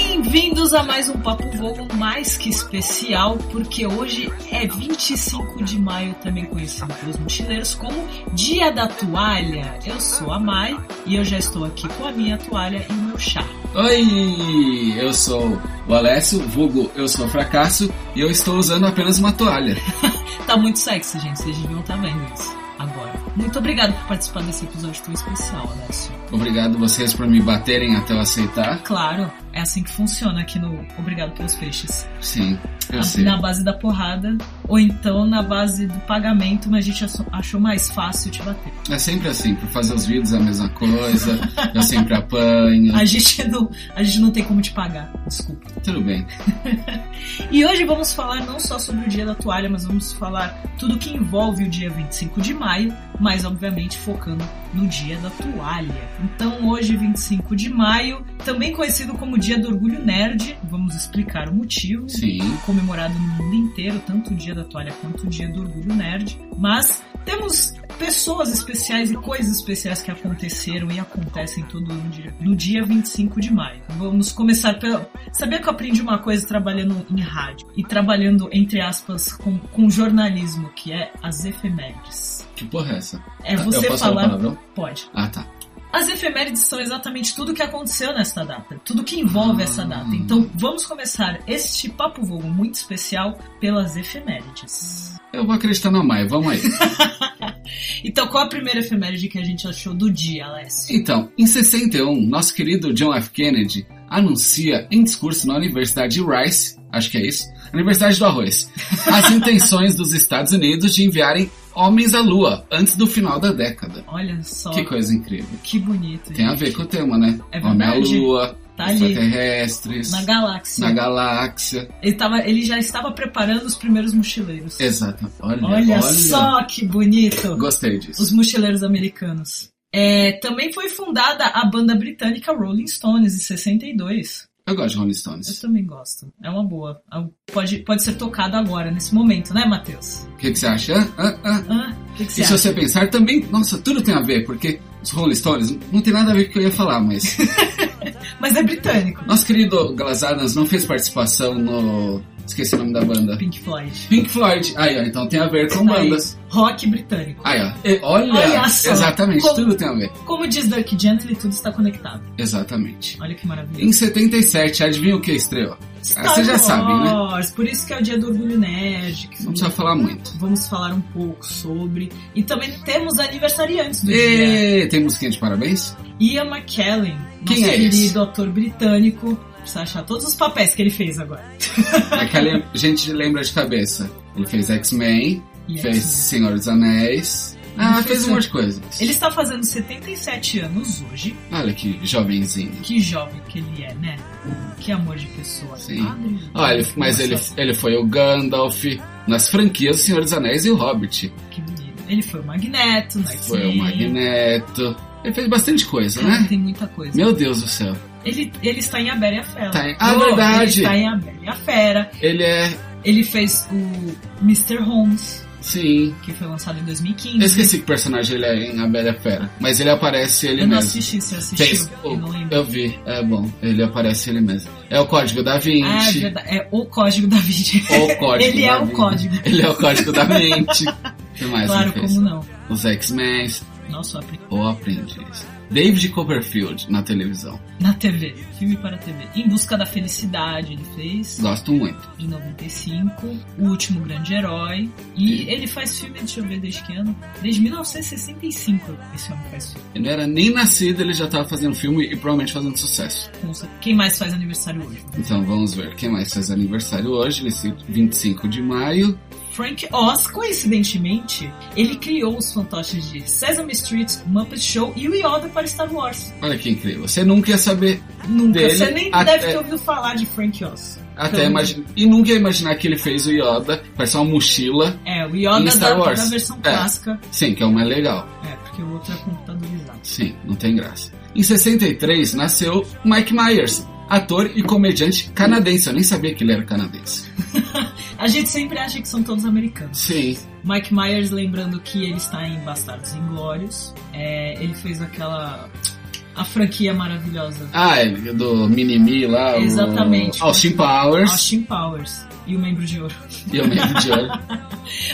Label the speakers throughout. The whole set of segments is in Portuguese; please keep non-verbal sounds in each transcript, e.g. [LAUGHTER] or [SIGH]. Speaker 1: Bem-vindos a mais um Papo Vogo mais que especial, porque hoje é 25 de maio, também conhecido pelos mochileiros como Dia da Toalha. Eu sou a Mai e eu já estou aqui com a minha toalha e o meu chá.
Speaker 2: Oi, eu sou o Alessio, vulgo Eu Sou Fracasso, e eu estou usando apenas uma toalha.
Speaker 1: Tá muito sexy, gente, vocês deviam estar vendo isso agora. Muito obrigado por participar desse episódio tão especial, Alessio.
Speaker 2: Obrigado vocês por me baterem até eu aceitar.
Speaker 1: Claro, é assim que funciona aqui no Obrigado pelos Peixes.
Speaker 2: Sim, eu
Speaker 1: A-
Speaker 2: sei.
Speaker 1: Na base da porrada, ou então na base do pagamento, mas a gente achou- achou mais fácil te bater.
Speaker 2: É sempre assim, por fazer os vídeos é a mesma coisa, eu sempre apanho.
Speaker 1: A gente não, a gente não tem como te pagar, desculpa.
Speaker 2: Tudo bem.
Speaker 1: E hoje vamos falar não só sobre o dia da toalha, mas vamos falar tudo que envolve o dia 25 de maio, mas obviamente focando no dia da toalha. Então hoje, 25 de maio, também conhecido como dia do orgulho nerd, vamos explicar o motivo.
Speaker 2: Sim,
Speaker 1: comemorado no mundo inteiro, tanto o Dia da Toalha quanto o Dia do Orgulho Nerd. Mas temos pessoas especiais e coisas especiais que aconteceram e acontecem todo ano dia- no dia 25 de maio. Vamos começar pelo. Sabia que eu aprendi uma coisa trabalhando em rádio e trabalhando, entre aspas, com, com jornalismo, que é as efemérides.
Speaker 2: que porra é essa?
Speaker 1: É você
Speaker 2: eu posso falar
Speaker 1: falar.
Speaker 2: palavrão?
Speaker 1: Pode.
Speaker 2: Ah, tá.
Speaker 1: As efemérides são exatamente tudo o que aconteceu nesta data, tudo que envolve essa
Speaker 2: Hum.
Speaker 1: data. Então vamos começar este papo vogo muito especial pelas efemérides.
Speaker 2: Eu vou acreditar na Maia, vamos aí.
Speaker 1: Então qual a primeira efeméride que a gente achou do dia, Alessio?
Speaker 2: Então, em 61, nosso querido John F. Kennedy anuncia em discurso na Universidade de Rice, acho que é isso, Universidade do
Speaker 1: [LAUGHS]
Speaker 2: Arroz, as intenções dos Estados Unidos de enviarem homens à Lua antes do final da década.
Speaker 1: Olha só
Speaker 2: Que
Speaker 1: que,
Speaker 2: coisa incrível.
Speaker 1: bonito.
Speaker 2: Tem a
Speaker 1: gente.
Speaker 2: ver com o tema, né?
Speaker 1: É
Speaker 2: Homem à
Speaker 1: verdade.
Speaker 2: Lua,
Speaker 1: Tá ali
Speaker 2: extraterrestres,
Speaker 1: na
Speaker 2: na,
Speaker 1: galáxia.
Speaker 2: galáxia.
Speaker 1: Ele, tava, ele já estava preparando os primeiros mochileiros.
Speaker 2: Exato. Olha,
Speaker 1: olha, só que bonito.
Speaker 2: Gostei disso.
Speaker 1: os mochileiros americanos. É, também foi fundada a banda britânica Rolling Stones em 62.
Speaker 2: Eu gosto de Rolling
Speaker 1: Eu
Speaker 2: Stones.
Speaker 1: também gosto. É uma boa. É um- Pode, pode ser tocado agora, nesse momento, né, Matheus?
Speaker 2: O que, que você acha? Hã? Hã? Hã?
Speaker 1: Hã? O que, que você
Speaker 2: E se
Speaker 1: acha?
Speaker 2: você pensar também, nossa, tudo tem a ver, porque os Rolling Stones não tem nada a ver com o que eu ia
Speaker 1: [LAUGHS]
Speaker 2: falar, mas
Speaker 1: Mas é britânico.
Speaker 2: nosso querido Glazadas não fez participação no. Esqueci o nome da banda.
Speaker 1: Pink Floyd.
Speaker 2: Pink Floyd. Aí, ó, então tem a ver com
Speaker 1: Aí.
Speaker 2: bandas.
Speaker 1: Rock britânico.
Speaker 2: Aí, ó. E olha!
Speaker 1: Olha só.
Speaker 2: Exatamente,
Speaker 1: Como-
Speaker 2: tudo tem a ver.
Speaker 1: Como diz Dirk Gently, tudo está conectado.
Speaker 2: Exatamente.
Speaker 1: Olha que
Speaker 2: Em
Speaker 1: maravilha.
Speaker 2: 77, adivinha o que estreou? Ah, você já sabe, né?
Speaker 1: né? Por isso que é o dia do orgulho nerd. que
Speaker 2: Não precisa falar muito.
Speaker 1: Vamos falar um pouco sobre. E também temos aniversariantes do dia.
Speaker 2: E tem musiquinha de parabéns?
Speaker 1: Ian McKellen, nosso
Speaker 2: Quem é
Speaker 1: querido
Speaker 2: esse?
Speaker 1: ator britânico. Precisa achar todos os papéis que ele fez agora.
Speaker 2: Aquela gente lembra de cabeça. Ele fez X-Men,
Speaker 1: E é
Speaker 2: fez
Speaker 1: isso.
Speaker 2: Senhor dos Anéis. Ah,
Speaker 1: Ele fez
Speaker 2: fez um monte de coisa.
Speaker 1: Ele está fazendo 77 anos hoje.
Speaker 2: Olha que jovenzinho.
Speaker 1: Que jovem que ele é, né? Que amor de pessoa.
Speaker 2: Sim.
Speaker 1: Adriano.
Speaker 2: Ah, ele- mas ele,
Speaker 1: Nossa,
Speaker 2: ele foi o Gandalf nas franquias Senhor dos Anéis e o Hobbit.
Speaker 1: Que bonito. Ele foi o Magneto, né?
Speaker 2: Foi o Magneto. Ele fez bastante coisa,
Speaker 1: Cara,
Speaker 2: né?
Speaker 1: Tem muita coisa.
Speaker 2: Meu Deus do céu.
Speaker 1: Ele, ele está em A Bela e a Fera.
Speaker 2: Tá em- Ah,
Speaker 1: Pô,
Speaker 2: verdade.
Speaker 1: Ele está em A Bela e a Fera.
Speaker 2: Ele é.
Speaker 1: Ele fez o Mr. Holmes,
Speaker 2: Sim.
Speaker 1: que foi lançado em 2015.
Speaker 2: Eu esqueci que personagem ele é em A Bela e a Fera. Mas ele aparece ele
Speaker 1: Eu não
Speaker 2: mesmo.
Speaker 1: assisti, você assistiu?
Speaker 2: Fez
Speaker 1: Eu não
Speaker 2: o...
Speaker 1: lembro.
Speaker 2: Eu vi. É bom. Ele aparece ele mesmo. É o Código da
Speaker 1: Ah, é
Speaker 2: Vinci.
Speaker 1: verdade. É o Código da Vinci.
Speaker 2: o Código
Speaker 1: ele
Speaker 2: da
Speaker 1: é o
Speaker 2: Vinci.
Speaker 1: Código.
Speaker 2: Ele é o Código
Speaker 1: [LAUGHS]
Speaker 2: da Mente. O que mais
Speaker 1: claro,
Speaker 2: ele fez?
Speaker 1: como não.
Speaker 2: Os X-Men.
Speaker 1: Nossa, eu aprendi.
Speaker 2: Ou Aprendiz. David Copperfield na televisão.
Speaker 1: Na TV, filme para TV. Em Busca da Felicidade, ele fez,
Speaker 2: Gosto muito.
Speaker 1: de 95. O Último Grande Herói. E ele faz filme, deixa eu ver desde que ano? Desde 1965 esse homem faz filme.
Speaker 2: Ele não era nem nascido, ele já tava fazendo filme e provavelmente fazendo sucesso.
Speaker 1: Com cer- Quem mais faz aniversário hoje?
Speaker 2: Então vamos ver quem mais faz aniversário hoje, esse 25 de maio.
Speaker 1: Frank Oz, coincidentemente, ele criou os fantoches de Sesame Street, Muppet Show e o Yoda para Star Wars.
Speaker 2: Olha que incrível. Você nunca ia saber,
Speaker 1: Nunca,
Speaker 2: Dele
Speaker 1: você nem
Speaker 2: até-
Speaker 1: deve ter ouvido falar de Frank Oz.
Speaker 2: até
Speaker 1: Então-
Speaker 2: imaginar. E nunca ia imaginar que ele fez o Yoda, parece uma mochila.
Speaker 1: É, o Yoda
Speaker 2: Em Star
Speaker 1: da,
Speaker 2: Wars.
Speaker 1: da versão
Speaker 2: É.
Speaker 1: clássica.
Speaker 2: Sim, que é o mais legal.
Speaker 1: É, porque o outro é computadorizado.
Speaker 2: Sim, não tem graça. Em 63 nasceu Mike Myers, ator e comediante canadense. Eu nem sabia que ele era canadense.
Speaker 1: A gente sempre acha que são todos americanos.
Speaker 2: Sim,
Speaker 1: Mike Myers, lembrando que ele está em Bastardos Inglórios. É, ele fez aquela. a franquia maravilhosa.
Speaker 2: Ah, é do Minimi lá.
Speaker 1: Exatamente.
Speaker 2: O Austin Powers.
Speaker 1: Austin Powers e o Membro de Ouro.
Speaker 2: E eu lembro de olho.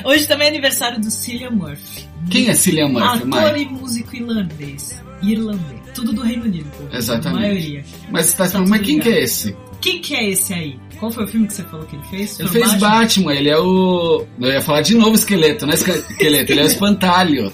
Speaker 1: Hoje também é aniversário do Cillian Murphy.
Speaker 2: Quem é Cillian Murphy?
Speaker 1: Ator
Speaker 2: Mai?
Speaker 1: e músico irlandês. Irlandês. Tudo do Reino Unido. pô.
Speaker 2: Exatamente.
Speaker 1: A maioria.
Speaker 2: Mas tá
Speaker 1: Tá
Speaker 2: falando, mas
Speaker 1: tudo
Speaker 2: quem que
Speaker 1: ligado.
Speaker 2: é esse?
Speaker 1: Quem que é esse aí? Qual foi o filme que você falou que ele fez?
Speaker 2: Ele
Speaker 1: Foi o
Speaker 2: fez
Speaker 1: Batman?
Speaker 2: Batman, ele é o. Eu ia falar de novo esqueleto, não é esque- esqueleto, ele é o espantalho.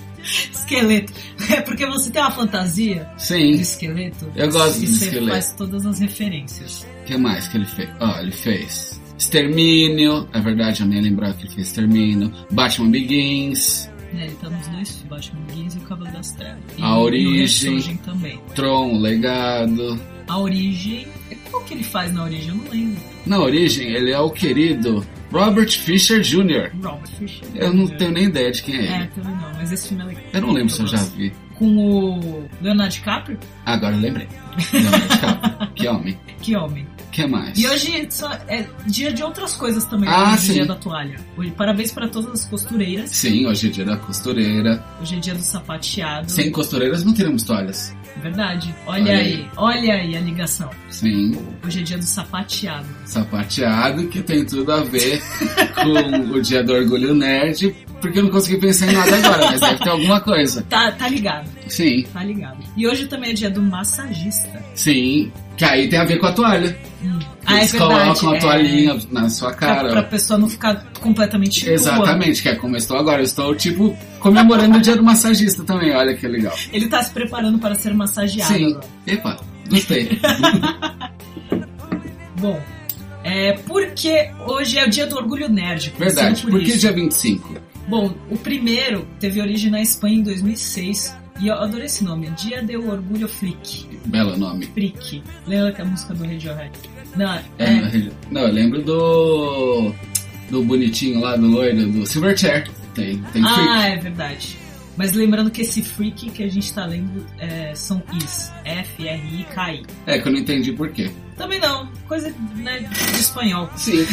Speaker 1: Esqueleto. [LAUGHS] É porque você tem uma fantasia de
Speaker 2: Sim.
Speaker 1: esqueleto.
Speaker 2: Eu gosto
Speaker 1: e
Speaker 2: de
Speaker 1: você
Speaker 2: esqueleto.
Speaker 1: faz todas as referências.
Speaker 2: O que mais que ele fez? Ó, ele fez. Extermínio, é verdade, eu nem lembrava que ele fez Extermínio. Batman Begins,
Speaker 1: É, ele tá nos dois filmes, Batman Begins e o Cavaleiro das Trevas. E
Speaker 2: A
Speaker 1: no- no
Speaker 2: Origem.
Speaker 1: Ressurgem também.
Speaker 2: Tron, O Legado.
Speaker 1: A Origem... Qual que ele faz na Origem? Eu não lembro.
Speaker 2: Na origem, ele é o querido Robert Fisher Jr.
Speaker 1: Robert Fisher.
Speaker 2: Eu não tenho nem ideia de quem é
Speaker 1: É,
Speaker 2: ele.
Speaker 1: também não. Mas esse filme é legal.
Speaker 2: Eu não lembro se eu já
Speaker 1: gosto.
Speaker 2: vi.
Speaker 1: Com o Leonardo DiCaprio?
Speaker 2: Agora eu lembrei. Leonardo DiCaprio. que homem.
Speaker 1: Que homem.
Speaker 2: que mais?
Speaker 1: E hoje só- é dia de outras coisas também.
Speaker 2: Ah,
Speaker 1: hoje é dia
Speaker 2: sim.
Speaker 1: da toalha. Hoje, parabéns para todas as costureiras.
Speaker 2: Sim, hoje é dia da costureira.
Speaker 1: Hoje é dia do sapateado. É
Speaker 2: Sem costureiras não teremos toalhas.
Speaker 1: Verdade. Olha,
Speaker 2: Olha
Speaker 1: aí.
Speaker 2: aí.
Speaker 1: olha aí a ligação.
Speaker 2: Sim,
Speaker 1: Hoje é dia do sapateado.
Speaker 2: sapateado, que tem tudo a ver [LAUGHS] com o dia do orgulho nerd, porque eu não consegui pensar em nada agora, mas deve ter alguma coisa.
Speaker 1: Tá, tá ligado,
Speaker 2: Sim,
Speaker 1: tá ligado. E hoje também é dia do massagista.
Speaker 2: sim. Que aí tem a ver com a toalha.
Speaker 1: Hum. Ah, é
Speaker 2: Eles
Speaker 1: verdade.
Speaker 2: colocam a
Speaker 1: é,
Speaker 2: toalhinha na sua
Speaker 1: Pra,
Speaker 2: cara.
Speaker 1: pra pessoa não ficar completamente nua.
Speaker 2: Exatamente, que é como eu estou agora. Eu estou, tipo, comemorando o dia do massagista também. Olha que legal.
Speaker 1: Ele tá se preparando para ser massageado.
Speaker 2: Sim. Epa,
Speaker 1: [LAUGHS]
Speaker 2: gostei.
Speaker 1: Bom, é porque hoje é o dia do orgulho nerd. começando
Speaker 2: Verdade.
Speaker 1: Por
Speaker 2: Por que
Speaker 1: isso.
Speaker 2: dia 25?
Speaker 1: Bom, o primeiro teve origem na Espanha em 2006. E eu adorei esse nome, Dia do Orgulho Freak.
Speaker 2: Belo nome.
Speaker 1: Freak. Lembra que é a música do Radiohead? Não,
Speaker 2: É,
Speaker 1: é,
Speaker 2: Não, eu lembro do. Do bonitinho lá, do loiro, do Silverchair. Tem, tem
Speaker 1: ah,
Speaker 2: freak.
Speaker 1: é verdade. Mas lembrando que esse freak que a gente tá lendo é, são is. F, R, I, K, I.
Speaker 2: É que eu não entendi por quê.
Speaker 1: Também não, coisa né, de espanhol.
Speaker 2: Sim.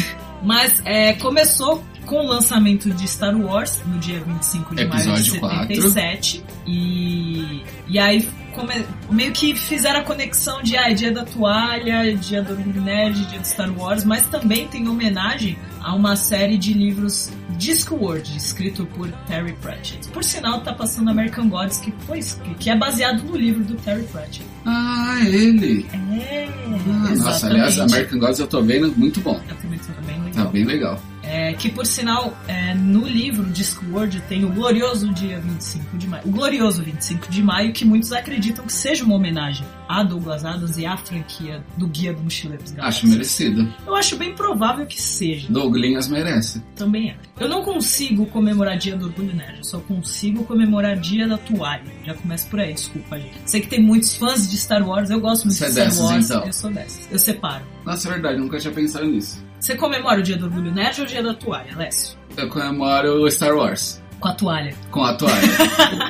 Speaker 1: Mas é, começou com o lançamento de Star Wars no dia 25 de maio de
Speaker 2: Episódio quatro.
Speaker 1: 77. E, e aí come- meio que fizeram a conexão de ah, é dia da toalha, é dia do Orgulho Nerd, é dia do Star Wars, mas também tem homenagem a uma série de livros Discworld, escrito por Terry Pratchett. Por sinal, tá passando American Gods, que, foi, escrito- que é baseado no livro do Terry Pratchett.
Speaker 2: Ah, ele.
Speaker 1: É,
Speaker 2: Ah, nossa, aliás, American Gods eu tô vendo, muito bom.
Speaker 1: Eu também tô bem legal.
Speaker 2: Tá bem legal.
Speaker 1: É, que por sinal, é, no livro Discworld tem o glorioso dia 25 de maio. O glorioso 25 de maio, que muitos acreditam que seja uma homenagem a Douglas Adams e à franquia do Guia do Mochileiro dos
Speaker 2: Acho
Speaker 1: Galáxias.
Speaker 2: merecido.
Speaker 1: Eu acho bem provável que seja,
Speaker 2: Douglinhas merece.
Speaker 1: também é. Eu não consigo comemorar dia do Orgulho Nerd, eu só consigo comemorar dia da toalha. Já começa por aí, desculpa, gente. Sei que tem muitos fãs de Star Wars, eu gosto muito
Speaker 2: Você é
Speaker 1: de Star
Speaker 2: dessas,
Speaker 1: Wars,
Speaker 2: então?
Speaker 1: eu sou dessas. Eu separo.
Speaker 2: Nossa, é verdade, nunca tinha pensado nisso.
Speaker 1: Você comemora o dia do Orgulho Nerd ou o dia da toalha, Lécio?
Speaker 2: Eu comemoro o Star Wars.
Speaker 1: Com a toalha.
Speaker 2: Com a
Speaker 1: [LAUGHS]
Speaker 2: toalha.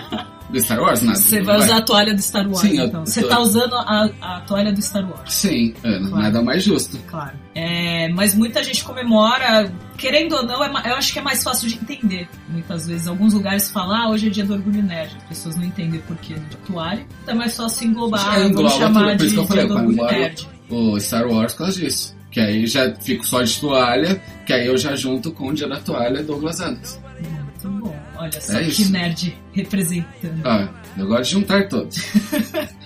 Speaker 2: do Star Wars, nada.
Speaker 1: Você vai usar a toalha do Star Wars,
Speaker 2: Uhum. Sim, eu
Speaker 1: então.
Speaker 2: tô-
Speaker 1: Você tá usando a, a toalha do Star Wars,
Speaker 2: Sim, é,
Speaker 1: Claro.
Speaker 2: nada mais justo.
Speaker 1: claro. É, mas muita gente comemora, querendo ou não, é ma- eu acho que é mais fácil de entender. Muitas vezes, alguns lugares falam, ah, hoje é dia do orgulho nerd. As pessoas não entendem o porquê de toalha. Então é só se englobar,
Speaker 2: É, engloba
Speaker 1: vamos chamar
Speaker 2: tudo, por
Speaker 1: de
Speaker 2: isso que eu
Speaker 1: dia
Speaker 2: falei,
Speaker 1: do
Speaker 2: eu
Speaker 1: orgulho
Speaker 2: comemoro.
Speaker 1: nerd.
Speaker 2: O Star Wars por causa disso. Que aí já fico só de toalha, que aí eu já junto com o dia da toalha Douglas Adams.
Speaker 1: Muito bom. Olha só
Speaker 2: É
Speaker 1: que
Speaker 2: isso.
Speaker 1: nerd representando.
Speaker 2: Ah, eu gosto de juntar
Speaker 1: [LAUGHS]
Speaker 2: todos.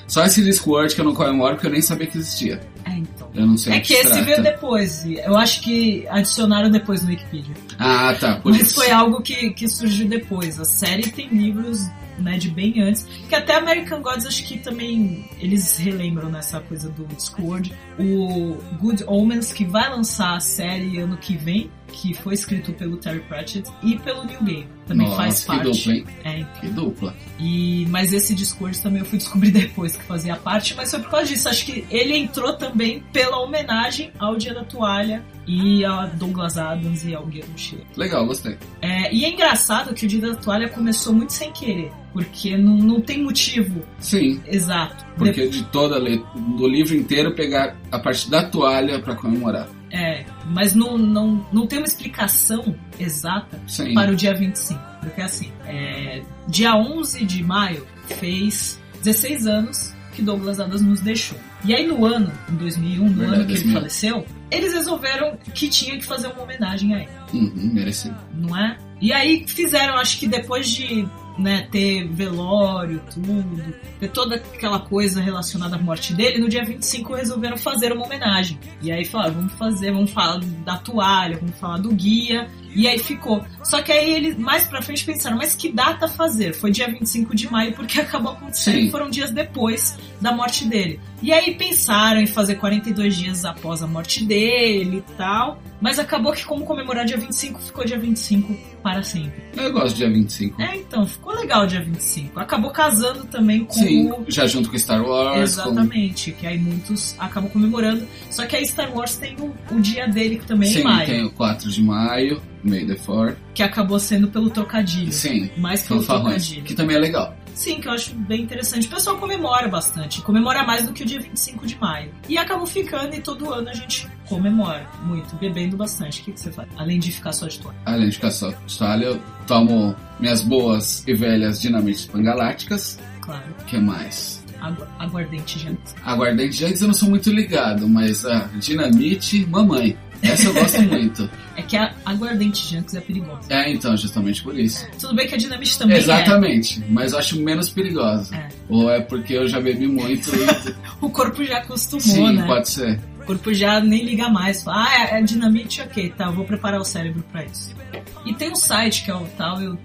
Speaker 2: só esse Discord que eu não comemoro, porque eu nem sabia que existia.
Speaker 1: É, então.
Speaker 2: Eu não sei
Speaker 1: É
Speaker 2: o
Speaker 1: que
Speaker 2: se
Speaker 1: esse veio
Speaker 2: trata.
Speaker 1: depois. Eu acho que adicionaram depois no Wikipedia.
Speaker 2: Ah, tá, por
Speaker 1: Mas
Speaker 2: isso.
Speaker 1: foi algo que, que surgiu depois. A série tem livros né, de bem antes. Que até American Gods acho que também eles relembram nessa coisa do Discord. O Good Omens, que vai lançar a série ano que vem, que foi escrito pelo Terry Pratchett e pelo New Game. Também
Speaker 2: Nossa,
Speaker 1: faz
Speaker 2: que
Speaker 1: parte.
Speaker 2: dupla, hein?
Speaker 1: É,
Speaker 2: Que dupla.
Speaker 1: e, mas esse Discord também eu fui descobrir [LAUGHS] depois que fazia parte, mas foi por causa disso. Acho que ele entrou também pela homenagem ao Dia da Toalha e a Douglas Adams e ao Guia do Mochileiro.
Speaker 2: Legal, gostei.
Speaker 1: É, e é engraçado que o Dia da Toalha começou muito sem querer, porque não, não tem motivo
Speaker 2: Sim,
Speaker 1: exato.
Speaker 2: porque de toda a le- do livro inteiro pegar a parte da toalha pra comemorar.
Speaker 1: De- é, mas não, não, não tem uma explicação exata
Speaker 2: Sim.
Speaker 1: para o dia 25. é, Porque assim, é, dia 11 de maio fez 16 anos que Douglas Adams nos deixou. E aí no ano, em 2001, no
Speaker 2: Verdade,
Speaker 1: ano que
Speaker 2: 2000.
Speaker 1: ele faleceu, eles resolveram que tinha que fazer uma homenagem a ele,
Speaker 2: Uhum, merecido.
Speaker 1: não é? E aí fizeram, acho que depois de né, ter velório, tudo, ter toda aquela coisa relacionada à morte dele, no dia 25 resolveram fazer uma homenagem. E aí falaram, vamos fazer, vamos falar da toalha, vamos falar do guia, e aí ficou. Só que aí eles mais pra frente pensaram, mas que data fazer? Foi dia 25 de maio, porque [LAUGHS] acabou acontecendo
Speaker 2: Sim.
Speaker 1: e foram dias depois da morte dele. E aí pensaram em fazer 42 dias após a morte dele e tal. Mas acabou que como comemorar dia 25, ficou dia 25 para sempre.
Speaker 2: Eu gosto do dia 25.
Speaker 1: É, então, ficou legal dia 25. Acabou casando também É, com
Speaker 2: Sim,
Speaker 1: o...
Speaker 2: já junto com Star Wars, com
Speaker 1: Exatamente, que aí muitos acabam comemorando. Só que aí Star Wars tem o, o dia dele que também é
Speaker 2: Sim,
Speaker 1: em maio,
Speaker 2: tem o 4 de maio, May the 4
Speaker 1: que acabou sendo pelo trocadilho.
Speaker 2: Sim,
Speaker 1: Mais pelo
Speaker 2: fanfarrões,
Speaker 1: trocadilho.
Speaker 2: que também é legal.
Speaker 1: Sim, que eu acho bem interessante. O pessoal comemora bastante, comemora mais do que o dia 25 de maio. E acabou ficando e todo ano a gente comemora muito, bebendo bastante. O que, que você faz? Além de ficar só de toalha.
Speaker 2: Além de ficar só toalha, eu tomo minhas boas e velhas dinamites pangalácticas.
Speaker 1: Claro,
Speaker 2: O que mais?
Speaker 1: agu aguardente já.
Speaker 2: Aguardente de antes eu não sou muito ligado, mas a dinamite, mamãe. Essa
Speaker 1: [LAUGHS]
Speaker 2: eu gosto muito.
Speaker 1: É que a aguardente de antes é perigosa.
Speaker 2: É, então, justamente por isso.
Speaker 1: Tudo bem que a dinamite também é.
Speaker 2: Exatamente, mas eu acho menos perigosa.
Speaker 1: É.
Speaker 2: Ou é porque eu já bebi muito e...
Speaker 1: O corpo já [LAUGHS] acostumou,
Speaker 2: Sim,
Speaker 1: né?
Speaker 2: pode ser.
Speaker 1: O corpo já nem liga mais. Fala, ah, é, é dinamite, ok, tá, vou preparar o cérebro pra isso. E tem um site que é o tal, eu-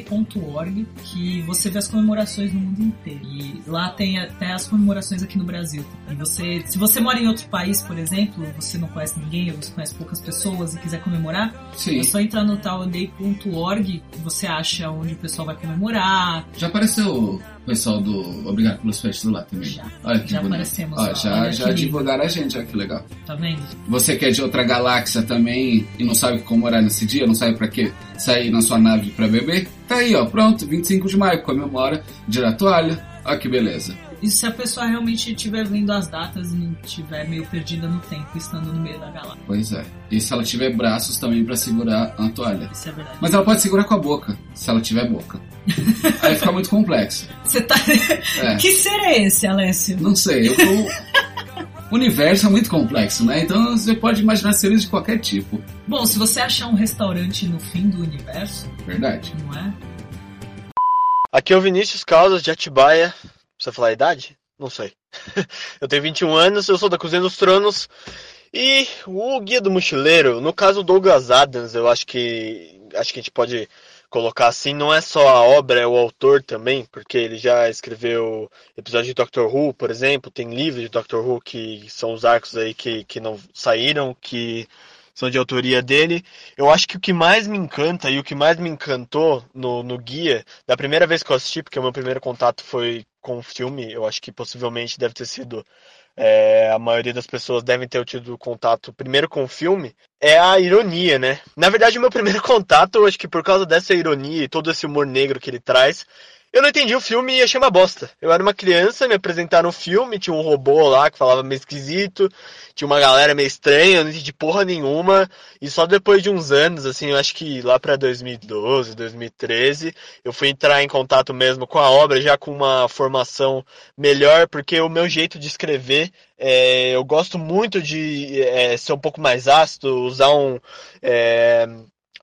Speaker 1: talallday.org, que você vê as comemorações no mundo inteiro. E lá tem até as comemorações aqui no Brasil. E você, se você mora em outro país, por exemplo, você não conhece ninguém, ou você conhece poucas pessoas e quiser comemorar,
Speaker 2: Sim,
Speaker 1: é só entrar no talallday.org, você acha onde o pessoal vai comemorar.
Speaker 2: já apareceu o pessoal do Obrigado pelos Festes lá também.
Speaker 1: Já.
Speaker 2: Olha que
Speaker 1: Já
Speaker 2: bonito.
Speaker 1: aparecemos
Speaker 2: Ó,
Speaker 1: lá,
Speaker 2: já
Speaker 1: olha
Speaker 2: já
Speaker 1: que lindo.
Speaker 2: divulgaram a gente, olha que legal.
Speaker 1: Tá vendo?
Speaker 2: Você que é de outra galáxia também e não sabe como morar nesse dia, não sabe pra quê sair na sua nave pra beber, tá aí, ó, pronto, 25 de maio, comemora, dia da toalha, ó que beleza.
Speaker 1: E se a pessoa realmente estiver vendo as datas e não estiver meio perdida no tempo, estando no meio da galáxia.
Speaker 2: Pois é. E se ela tiver braços também pra segurar a toalha.
Speaker 1: Isso é verdade.
Speaker 2: Mas ela pode segurar com a boca, se ela tiver boca.
Speaker 1: [LAUGHS]
Speaker 2: Aí fica muito complexo.
Speaker 1: Você tá.
Speaker 2: [LAUGHS]
Speaker 1: [LAUGHS]
Speaker 2: É.
Speaker 1: Que ser é esse, Alessio?
Speaker 2: Não sei, eu tô... O universo é muito complexo, né? Então você pode imaginar seres de qualquer tipo,
Speaker 1: Bom, se você achar um restaurante no fim do universo,
Speaker 2: verdade?
Speaker 1: não é?
Speaker 3: Aqui é o Vinícius Caldas de Atibaia. Precisa falar a idade? Não sei. [LAUGHS] eu tenho 21 anos, eu sou da Cozinha dos Tronos. E o Guia do Mochileiro, no caso o Douglas Adams, eu acho que acho que a gente pode colocar assim, não é só a obra, é o autor também, porque ele já escreveu episódios de Doctor Who, por exemplo, tem livros de Doctor Who que são os arcos aí que, que não saíram, que são de autoria dele. Eu acho que o que mais me encanta e o que mais me encantou no, no guia da primeira vez que eu assisti, porque o meu primeiro contato foi com o filme, eu acho que possivelmente deve ter sido. é, a maioria das pessoas devem ter tido contato primeiro com o filme. É a ironia, né? Na verdade, o meu primeiro [LAUGHS] contato, eu acho que por causa dessa ironia e todo esse humor negro que ele traz, eu não entendi o filme e achei uma bosta. Eu era uma criança, me apresentaram o filme, tinha um robô lá que falava meio esquisito, tinha uma galera meio estranha, eu não entendi porra nenhuma. E só depois de uns anos, assim, eu acho que lá pra 2012, 2013, eu fui entrar em contato mesmo com a obra, já com uma formação melhor, porque o meu jeito de escrever, é, eu gosto muito de é, ser um pouco mais ácido, usar um. é,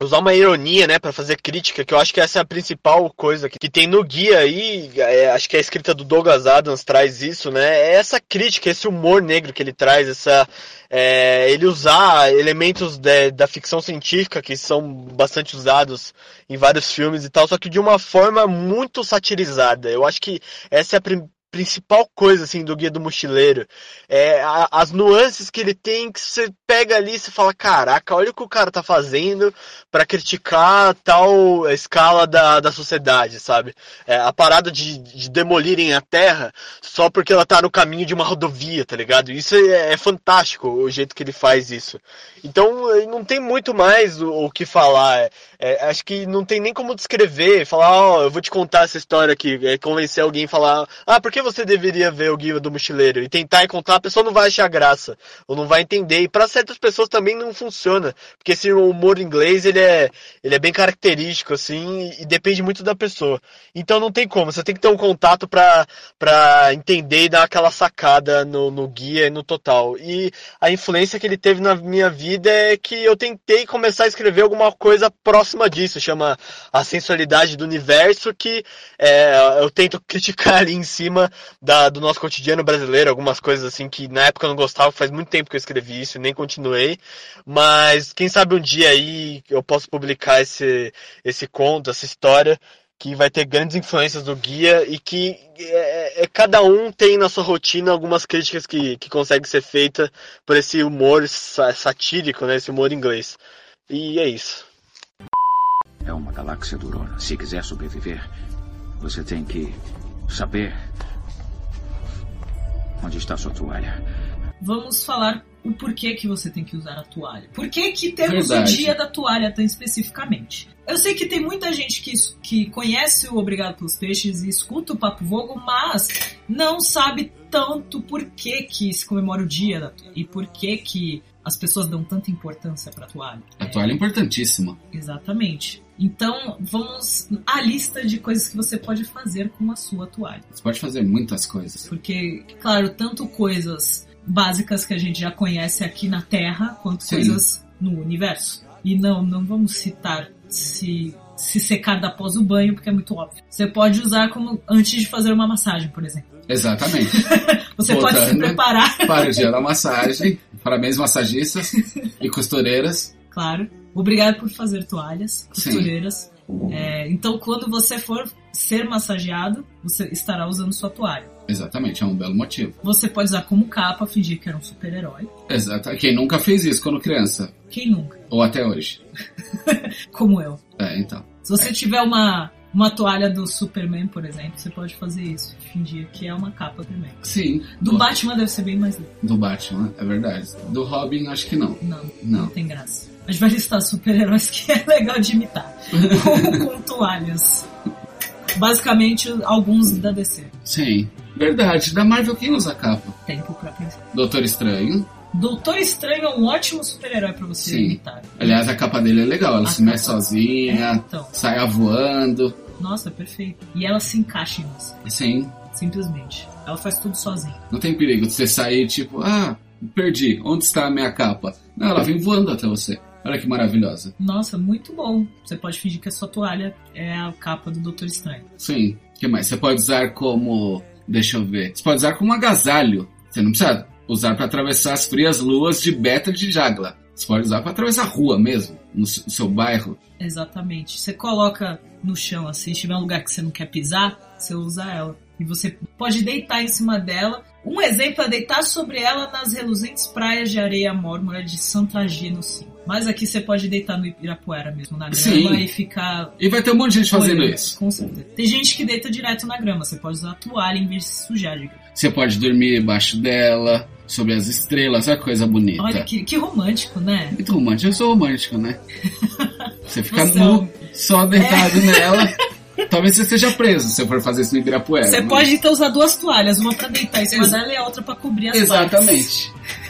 Speaker 3: Usar uma ironia, né, para fazer crítica, que eu acho que essa é a principal coisa que, que tem no guia aí, é, acho que a escrita do Douglas Adams traz isso, né, é essa crítica, esse humor negro que ele traz, essa, é, ele usar elementos de- da ficção científica que são bastante usados em vários filmes e tal, só que de uma forma muito satirizada. Eu acho que essa é a prim- principal coisa assim do Guia do Mochileiro. É a- as nuances que ele tem que você pega ali e você fala, caraca, olha o que o cara tá fazendo pra criticar tal escala da, da sociedade, sabe? É, a parada de, de demolirem a Terra só porque ela tá no caminho de uma rodovia, tá ligado? Isso é- é fantástico o jeito que ele faz isso. Então eh, não tem muito mais o, o que falar. É- é, acho que não tem nem como descrever, falar, ó, eu vou te contar essa história aqui, é, convencer alguém a falar, ah, porque que você deveria ver o Guia do Mochileiro e tentar encontrar, a pessoa não vai achar graça, ou não vai entender. E para certas pessoas também não funciona, porque esse humor inglês, ele é, ele é bem característico, assim, e depende muito da pessoa. Então não tem como, você tem que ter um contato pra, pra entender e dar aquela sacada no, no guia e no total. E a influência que ele teve na minha vida é que eu tentei começar a escrever alguma coisa próxima disso, chama A Sensualidade do Universo, que é, eu tento [LAUGHS] criticar ali em cima da, do nosso cotidiano brasileiro, algumas coisas assim que na época eu não gostava, faz muito tempo que eu escrevi isso e nem continuei, mas quem sabe um dia aí eu posso publicar esse, esse conto, essa história, que vai ter grandes influências do guia e que é, é, cada um tem na sua rotina algumas críticas que, que consegue ser feita por esse humor sa satírico, né, esse humor inglês. E é isso.
Speaker 4: É uma galáxia durona. Se quiser sobreviver, você tem que saber onde está sua toalha.
Speaker 1: Vamos falar o porquê que você tem que usar a toalha. Por que, que temos
Speaker 2: Verdade.
Speaker 1: o dia da toalha tão especificamente? Eu sei que tem muita gente que, que conhece o Obrigado pelos Peixes e escuta o Papo Vogo, mas não sabe tanto por que, que se comemora o dia da toalha e por que, que as pessoas dão tanta importância pra toalha.
Speaker 2: A toalha é importantíssima.
Speaker 1: Exatamente. Então, vamos à lista de coisas que você pode fazer com a sua toalha.
Speaker 2: Você pode fazer muitas coisas.
Speaker 1: Porque, claro, tanto coisas básicas que a gente já conhece aqui na Terra, quanto
Speaker 2: Sim.
Speaker 1: coisas no universo. E não, não vamos citar se, se secar após o banho, porque é muito óbvio. Você pode usar como antes de fazer uma massagem, por exemplo.
Speaker 2: Exatamente. [LAUGHS]
Speaker 1: Você pode se
Speaker 2: Botando.
Speaker 1: preparar, [LAUGHS]
Speaker 2: Para o dia da massagem, parabéns massagistas e costureiras.
Speaker 1: claro. Obrigado por fazer toalhas,
Speaker 2: Sim.
Speaker 1: costureiras. É, então, quando você for ser massageado, você estará usando sua toalha.
Speaker 2: Exatamente, é um belo motivo.
Speaker 1: Você pode usar como capa, fingir que era um super-herói.
Speaker 2: Exato. Quem nunca fez isso quando criança?
Speaker 1: Quem nunca?
Speaker 2: Ou até hoje.
Speaker 1: Como eu.
Speaker 2: É, então.
Speaker 1: Se você tiver uma, uma toalha do Superman, por exemplo, você pode fazer isso. Fingir que é uma capa também.
Speaker 2: Sim.
Speaker 1: Do
Speaker 2: Boa.
Speaker 1: Batman deve ser bem mais lindo.
Speaker 2: Do Batman, é verdade. Do Robin, acho que não.
Speaker 1: Não, não,
Speaker 2: Não.
Speaker 1: tem graça. A gente vai listar super-heróis que é legal de
Speaker 2: [LAUGHS]
Speaker 1: imitar. com, com toalhas. Basicamente, alguns da DC.
Speaker 2: Sim. Verdade. Da Marvel, quem usa capa?
Speaker 1: Tempo pra pensar.
Speaker 2: Doutor Estranho.
Speaker 1: Doutor Estranho é um ótimo super-herói pra você
Speaker 2: Sim.
Speaker 1: imitar.
Speaker 2: Aliás, a capa dele é legal. Ela
Speaker 1: A
Speaker 2: se mexe
Speaker 1: capa. É,
Speaker 2: sozinha,
Speaker 1: então,
Speaker 2: sai voando.
Speaker 1: nossa, perfeito. E ela se encaixa em você,
Speaker 2: Sim.
Speaker 1: simplesmente. Ela faz tudo sozinha.
Speaker 2: Não tem perigo de você sair tipo, ah, perdi. Onde está a minha capa? Não, ela vem voando até você. Olha que maravilhosa.
Speaker 1: Nossa, muito bom. Você pode fingir que a sua toalha é a capa do Doutor Estranho.
Speaker 2: Sim. O que mais? Você pode usar como. Deixa eu ver. Você pode usar como agasalho. Você não precisa usar para atravessar as frias luas de Beta de Jagla. Você pode usar para atravessar a rua mesmo, no s- no seu bairro.
Speaker 1: Exatamente. Você coloca no chão, assim, se tiver um lugar que você não quer pisar, você usa ela. E você pode deitar em cima dela. Um exemplo é deitar sobre ela nas reluzentes praias de areia mórmora de Santagino, sim. Mas aqui você pode deitar no Ibirapuera mesmo, na grama,
Speaker 2: Sim.
Speaker 1: e ficar...
Speaker 2: E vai ter um monte de gente fazendo
Speaker 1: olhando.
Speaker 2: isso.
Speaker 1: Com certeza. Tem gente que deita direto na grama. Você pode usar a toalha em vez de se sujar de grama.
Speaker 2: Você pode dormir embaixo dela, sobre as estrelas, olha que coisa bonita.
Speaker 1: Olha que, que romântico, né?
Speaker 2: Muito romântico, eu sou
Speaker 1: [LAUGHS]
Speaker 2: romântico, né? Você fica
Speaker 1: Você é
Speaker 2: nu,
Speaker 1: um-
Speaker 2: só
Speaker 1: [LAUGHS]
Speaker 2: deitado nela. Talvez você esteja preso se você for fazer isso no Ibirapuera.
Speaker 1: Você
Speaker 2: né?
Speaker 1: pode então usar duas toalhas, uma pra deitar em cima
Speaker 2: Ex-
Speaker 1: dela e a outra pra cobrir as partes.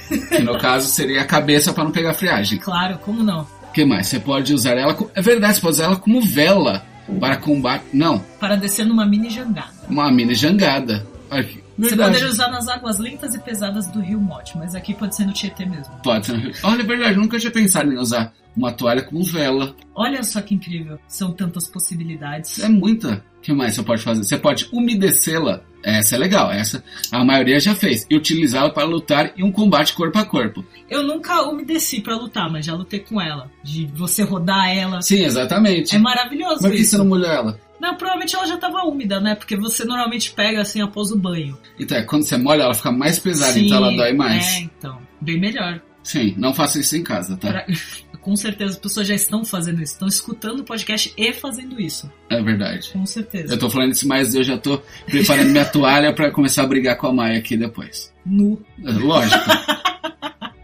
Speaker 2: Exatamente. que no caso seria a cabeça para não pegar friagem.
Speaker 1: Claro, como não?
Speaker 2: O que mais? Você pode usar ela. co- É verdade, você pode usar ela como vela para combate. Não,
Speaker 1: Para descer numa mini jangada.
Speaker 2: uma mini jangada. Olha que-
Speaker 1: Você
Speaker 2: Verdade.
Speaker 1: poderia usar nas águas lentas e pesadas do rio Mote, mas aqui pode ser no Tietê mesmo.
Speaker 2: Pode ser. Olha, é verdade, eu nunca tinha pensado em usar uma toalha como vela.
Speaker 1: Olha só que incrível, são tantas possibilidades.
Speaker 2: É muita. O que mais você pode fazer? Você pode umedecê-la. Essa é legal, essa a maioria já fez. E utilizá-la para lutar em um combate corpo a corpo.
Speaker 1: Eu nunca umedeci pra lutar, mas já lutei com ela. De você rodar ela.
Speaker 2: Sim, exatamente.
Speaker 1: É maravilhoso
Speaker 2: Mas por que
Speaker 1: isso.
Speaker 2: você não molhou ela?
Speaker 1: Não, provavelmente ela já tava úmida, né? Porque você normalmente pega assim após o banho.
Speaker 2: Então, é, quando você molha, ela fica mais pesada,
Speaker 1: Sim,
Speaker 2: então ela dói mais.
Speaker 1: É, então. Bem melhor.
Speaker 2: Sim, não faça isso em casa, tá?
Speaker 1: Pra- Com certeza as pessoas já estão fazendo isso, estão escutando o podcast e fazendo isso.
Speaker 2: É verdade.
Speaker 1: Com certeza.
Speaker 2: Eu tô falando isso, mas eu já tô preparando minha toalha pra começar a brigar com a Maia aqui depois.
Speaker 1: Nu. [LAUGHS]
Speaker 2: É, Lógico.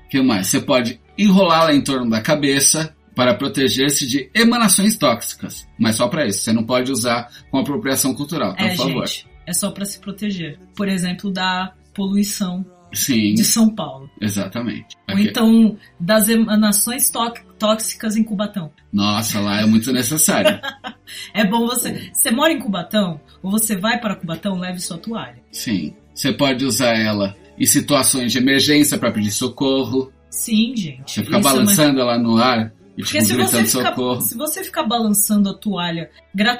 Speaker 2: O que mais? Você pode enrolá-la em torno da cabeça para proteger-se de emanações tóxicas. Mas só pra isso. Você não pode usar com apropriação cultural, tá, por
Speaker 1: é,
Speaker 2: favor.
Speaker 1: gente. é só para se proteger. Por exemplo, da poluição
Speaker 2: Sim,
Speaker 1: de São Paulo.
Speaker 2: exatamente.
Speaker 1: Ou
Speaker 2: Aqui-
Speaker 1: então das emanações tó- tóxicas em Cubatão.
Speaker 2: Nossa, lá é muito
Speaker 1: [LAUGHS]
Speaker 2: necessário.
Speaker 1: É bom você. Você mora em Cubatão ou você vai para Cubatão, leve sua toalha.
Speaker 2: Sim. Você pode usar ela em situações de emergência pra pedir socorro.
Speaker 1: Sim, gente.
Speaker 2: Você
Speaker 1: isso é
Speaker 2: fica
Speaker 1: uma-
Speaker 2: balançando ela no ar e
Speaker 1: Porque
Speaker 2: tipo,
Speaker 1: se você,
Speaker 2: gritando
Speaker 1: ficar,
Speaker 2: socorro.
Speaker 1: se você ficar balançando a toalha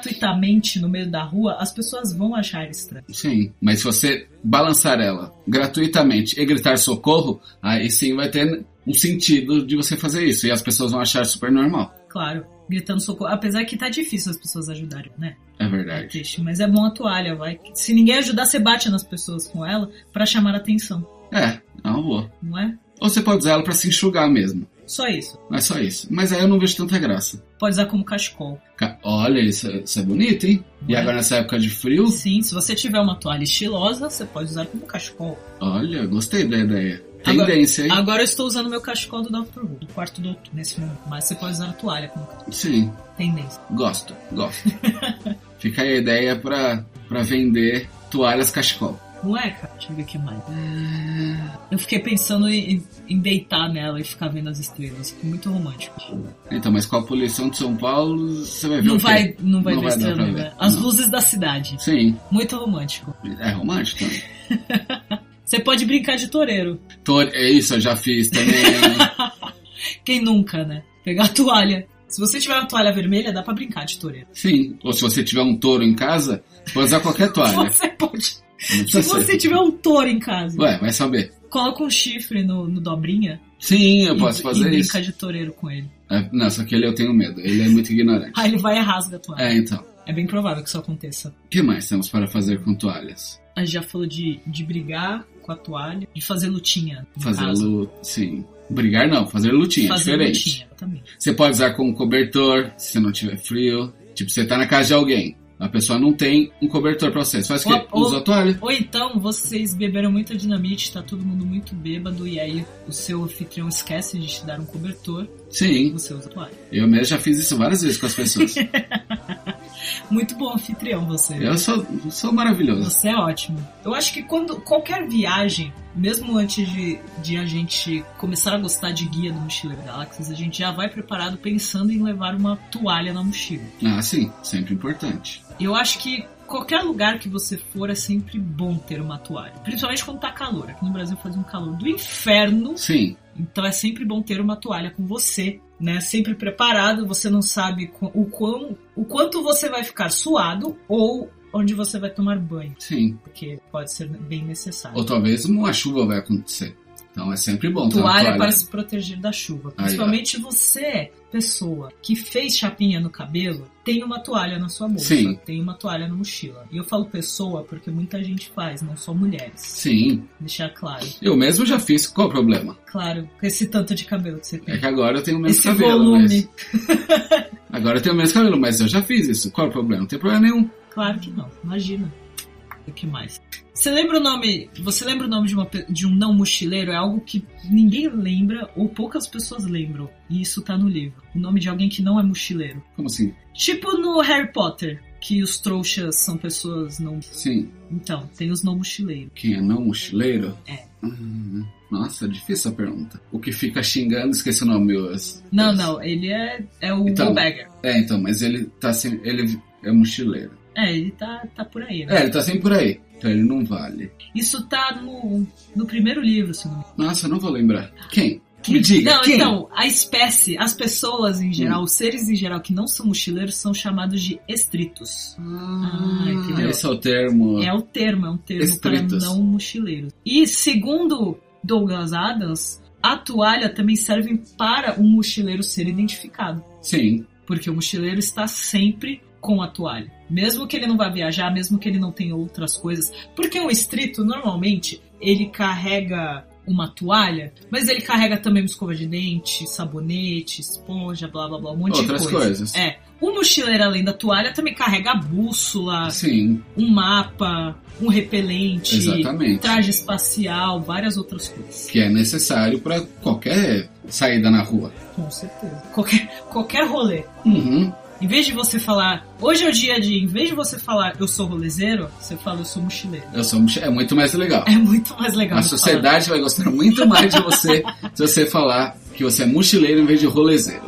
Speaker 1: gratuitamente no meio da rua, as pessoas vão achar estranho.
Speaker 2: Sim, mas se você balançar ela gratuitamente e gritar socorro, aí sim vai ter um sentido de você fazer isso. E as pessoas vão achar super normal.
Speaker 1: Claro, gritando socorro. Apesar que tá difícil as pessoas ajudarem, né?
Speaker 2: É
Speaker 1: É
Speaker 2: verdade.
Speaker 1: triste, mas é bom a toalha, vai. Se ninguém ajudar, você bate nas pessoas com ela pra chamar a atenção,
Speaker 2: É, é uma boa.
Speaker 1: não é?
Speaker 2: Ou você pode usar ela pra se enxugar mesmo.
Speaker 1: Só isso.
Speaker 2: Não é só isso. Mas aí eu não vejo tanta graça.
Speaker 1: Pode usar como cachecol.
Speaker 2: Ca- Olha, isso, isso é bonito, hein? E
Speaker 1: É.
Speaker 2: agora nessa época de frio,
Speaker 1: Sim, se você tiver uma toalha estilosa, você pode usar como cachecol.
Speaker 2: olha, gostei da ideia.
Speaker 1: Agora-
Speaker 2: Tendência, hein?
Speaker 1: Agora eu estou usando meu cachecol do Dr. Who, do quarto do nesse momento. Mas você pode usar a toalha como cachecol.
Speaker 2: Sim,
Speaker 1: Tendência.
Speaker 2: gosto, gosto. Fica aí a ideia pra, pra vender toalhas cachecol.
Speaker 1: Não é, cara? Deixa eu ver o que mais. Eu fiquei pensando em, em deitar nela e ficar vendo as estrelas. Ficou muito romântico.
Speaker 2: Então, mas com a poluição de São Paulo, você vai ver
Speaker 1: Não
Speaker 2: o quê?
Speaker 1: vai, não vai
Speaker 2: Não
Speaker 1: ver
Speaker 2: vai dar
Speaker 1: estrela,
Speaker 2: pra
Speaker 1: né?
Speaker 2: ver.
Speaker 1: As
Speaker 2: Não.
Speaker 1: luzes da cidade.
Speaker 2: Sim,
Speaker 1: Muito romântico.
Speaker 2: é romântico. né?
Speaker 1: Você pode brincar de toureiro.
Speaker 2: Tô, é isso, eu já
Speaker 1: [LAUGHS]
Speaker 2: fiz também.
Speaker 1: Quem nunca, né? Pegar a toalha. Se você tiver uma toalha vermelha, dá pra brincar de toureiro.
Speaker 2: Sim, ou se você tiver um touro em casa, pode usar qualquer toalha.
Speaker 1: Você pode.
Speaker 2: Não
Speaker 1: Se
Speaker 2: precisa
Speaker 1: você
Speaker 2: ser.
Speaker 1: tiver um touro em casa,
Speaker 2: Ué, é vai saber.
Speaker 1: coloca um chifre no, no dobrinha
Speaker 2: Sim, eu
Speaker 1: e-
Speaker 2: posso
Speaker 1: e,
Speaker 2: fazer isso.
Speaker 1: brinca de toureiro com ele.
Speaker 2: É, não, só que ele eu tenho medo, ele é muito ignorante.
Speaker 1: Aí ele vai e rasga a toalha.
Speaker 2: É, então.
Speaker 1: É bem provável que isso aconteça.
Speaker 2: O que mais temos para fazer com toalhas?
Speaker 1: A gente já falou de, de brigar com a toalha, de fazer lutinha. no
Speaker 2: Fazer
Speaker 1: caso.
Speaker 2: lu... Sim. Brigar não, fazer lutinha,
Speaker 1: fazer
Speaker 2: diferente.
Speaker 1: lutinha também.
Speaker 2: Você pode usar como cobertor, se você não tiver frio. Tipo, você tá na casa de alguém. A pessoa não tem um cobertor pra você. Você faz o quê?
Speaker 1: Ou- ou-
Speaker 2: Usa a toalha.
Speaker 1: Ou então vocês beberam muita dinamite, tá todo mundo muito bêbado e aí o seu anfitrião esquece de te dar um cobertor e
Speaker 2: Sim,
Speaker 1: você usa a toalha.
Speaker 2: eu mesmo já fiz isso várias vezes com
Speaker 1: [LAUGHS]
Speaker 2: as pessoas.
Speaker 1: Muito bom anfitrião você.
Speaker 2: eu sou, sou maravilhoso.
Speaker 1: Você é ótimo. Eu acho que quando qualquer viagem, mesmo antes de, de a gente começar a gostar de guia do Mochileiro Galáxias, a gente já vai preparado pensando em levar uma toalha na mochila.
Speaker 2: Ah, sim, sempre importante.
Speaker 1: Eu acho que qualquer lugar que você for é sempre bom ter uma toalha. Principalmente quando tá calor. Aqui no Brasil faz um calor do inferno.
Speaker 2: Sim,
Speaker 1: Então é sempre bom ter uma toalha com você, né? Sempre preparado, você não sabe qu- o, quão, o quanto você vai ficar suado ou onde você vai tomar banho,
Speaker 2: sim.
Speaker 1: porque pode ser bem necessário.
Speaker 2: Ou talvez uma chuva vai acontecer. Então é sempre bom ter uma
Speaker 1: Toalha,
Speaker 2: toalha.
Speaker 1: para se proteger da chuva. Principalmente você, pessoa que fez chapinha no cabelo, tem uma toalha na sua bolsa,
Speaker 2: Sim.
Speaker 1: tem uma toalha na mochila. E eu falo pessoa porque muita gente faz, não só mulheres.
Speaker 2: Sim,
Speaker 1: Deixar claro.
Speaker 2: eu mesmo já fiz. Qual o problema?
Speaker 1: Claro, com esse tanto de cabelo que você tem.
Speaker 2: É que agora eu tenho menos
Speaker 1: Esse
Speaker 2: cabelo.
Speaker 1: volume.
Speaker 2: Mas... Agora eu tenho menos cabelo, mas eu já fiz isso. Qual o problema? Não tem problema nenhum.
Speaker 1: Claro que não, imagina. O que mais? Você lembra o nome? Você lembra o nome de, uma pe- de um não mochileiro? É algo que ninguém lembra ou poucas pessoas lembram. E isso tá no livro. O nome de alguém que não é mochileiro.
Speaker 2: Como assim?
Speaker 1: Tipo no Harry Potter, que os trouxas são pessoas não.
Speaker 2: Sim.
Speaker 1: Então, tem os não mochileiros.
Speaker 2: Quem é não mochileiro?
Speaker 1: É.
Speaker 2: Hum, Nossa, difícil a pergunta. O que fica xingando, esqueci o nome. os-
Speaker 1: Não,
Speaker 2: os-
Speaker 1: não, ele é, é o
Speaker 2: Então.
Speaker 1: Bagger.
Speaker 2: É, então, mas ele tá sem. Ele é mochileiro.
Speaker 1: É, ele tá, tá por aí, né?
Speaker 2: É, ele tá sempre por aí. Então ele não vale.
Speaker 1: Isso tá no, no primeiro livro, se não me engano.
Speaker 2: Nossa, eu não vou lembrar. Quem? Me diga.
Speaker 1: Não,
Speaker 2: quem?
Speaker 1: então, a espécie, as pessoas em geral, os seres em geral que não são mochileiros são chamados de estritos.
Speaker 2: Ah,
Speaker 1: Ah, entendeu?
Speaker 2: Esse é o termo.
Speaker 1: É o termo, é um termo
Speaker 2: Estritos.
Speaker 1: para não mochileiros. E segundo Douglas Adams, a toalha também serve para um mochileiro ser identificado.
Speaker 2: Sim,
Speaker 1: Porque o mochileiro está sempre com a toalha. Mesmo que ele não vá viajar, mesmo que ele não tenha outras coisas. Porque um estrito, normalmente, ele carrega uma toalha, mas ele carrega também uma escova de dente, sabonete, esponja, blá blá blá, um monte
Speaker 2: Outras
Speaker 1: de coisa.
Speaker 2: coisas.
Speaker 1: É. O mochileiro, além da toalha, também carrega a bússola,
Speaker 2: sim,
Speaker 1: um mapa, um repelente,
Speaker 2: exatamente.
Speaker 1: traje espacial, várias outras coisas.
Speaker 2: Que é necessário pra qualquer saída na rua.
Speaker 1: Com certeza. Qualquer, qualquer rolê.
Speaker 2: Uhum.
Speaker 1: Em vez de você falar, hoje é o dia de. Em vez de você falar, eu sou rolezeiro, você fala, eu sou mochileiro. [LAUGHS]
Speaker 2: Eu sou um che- é muito mais legal.
Speaker 1: É muito mais legal.
Speaker 2: A
Speaker 1: de falar.
Speaker 2: sociedade vai gostar muito mais
Speaker 1: [LAUGHS]
Speaker 2: de você se você falar que você é mochileiro em vez de rolezeiro.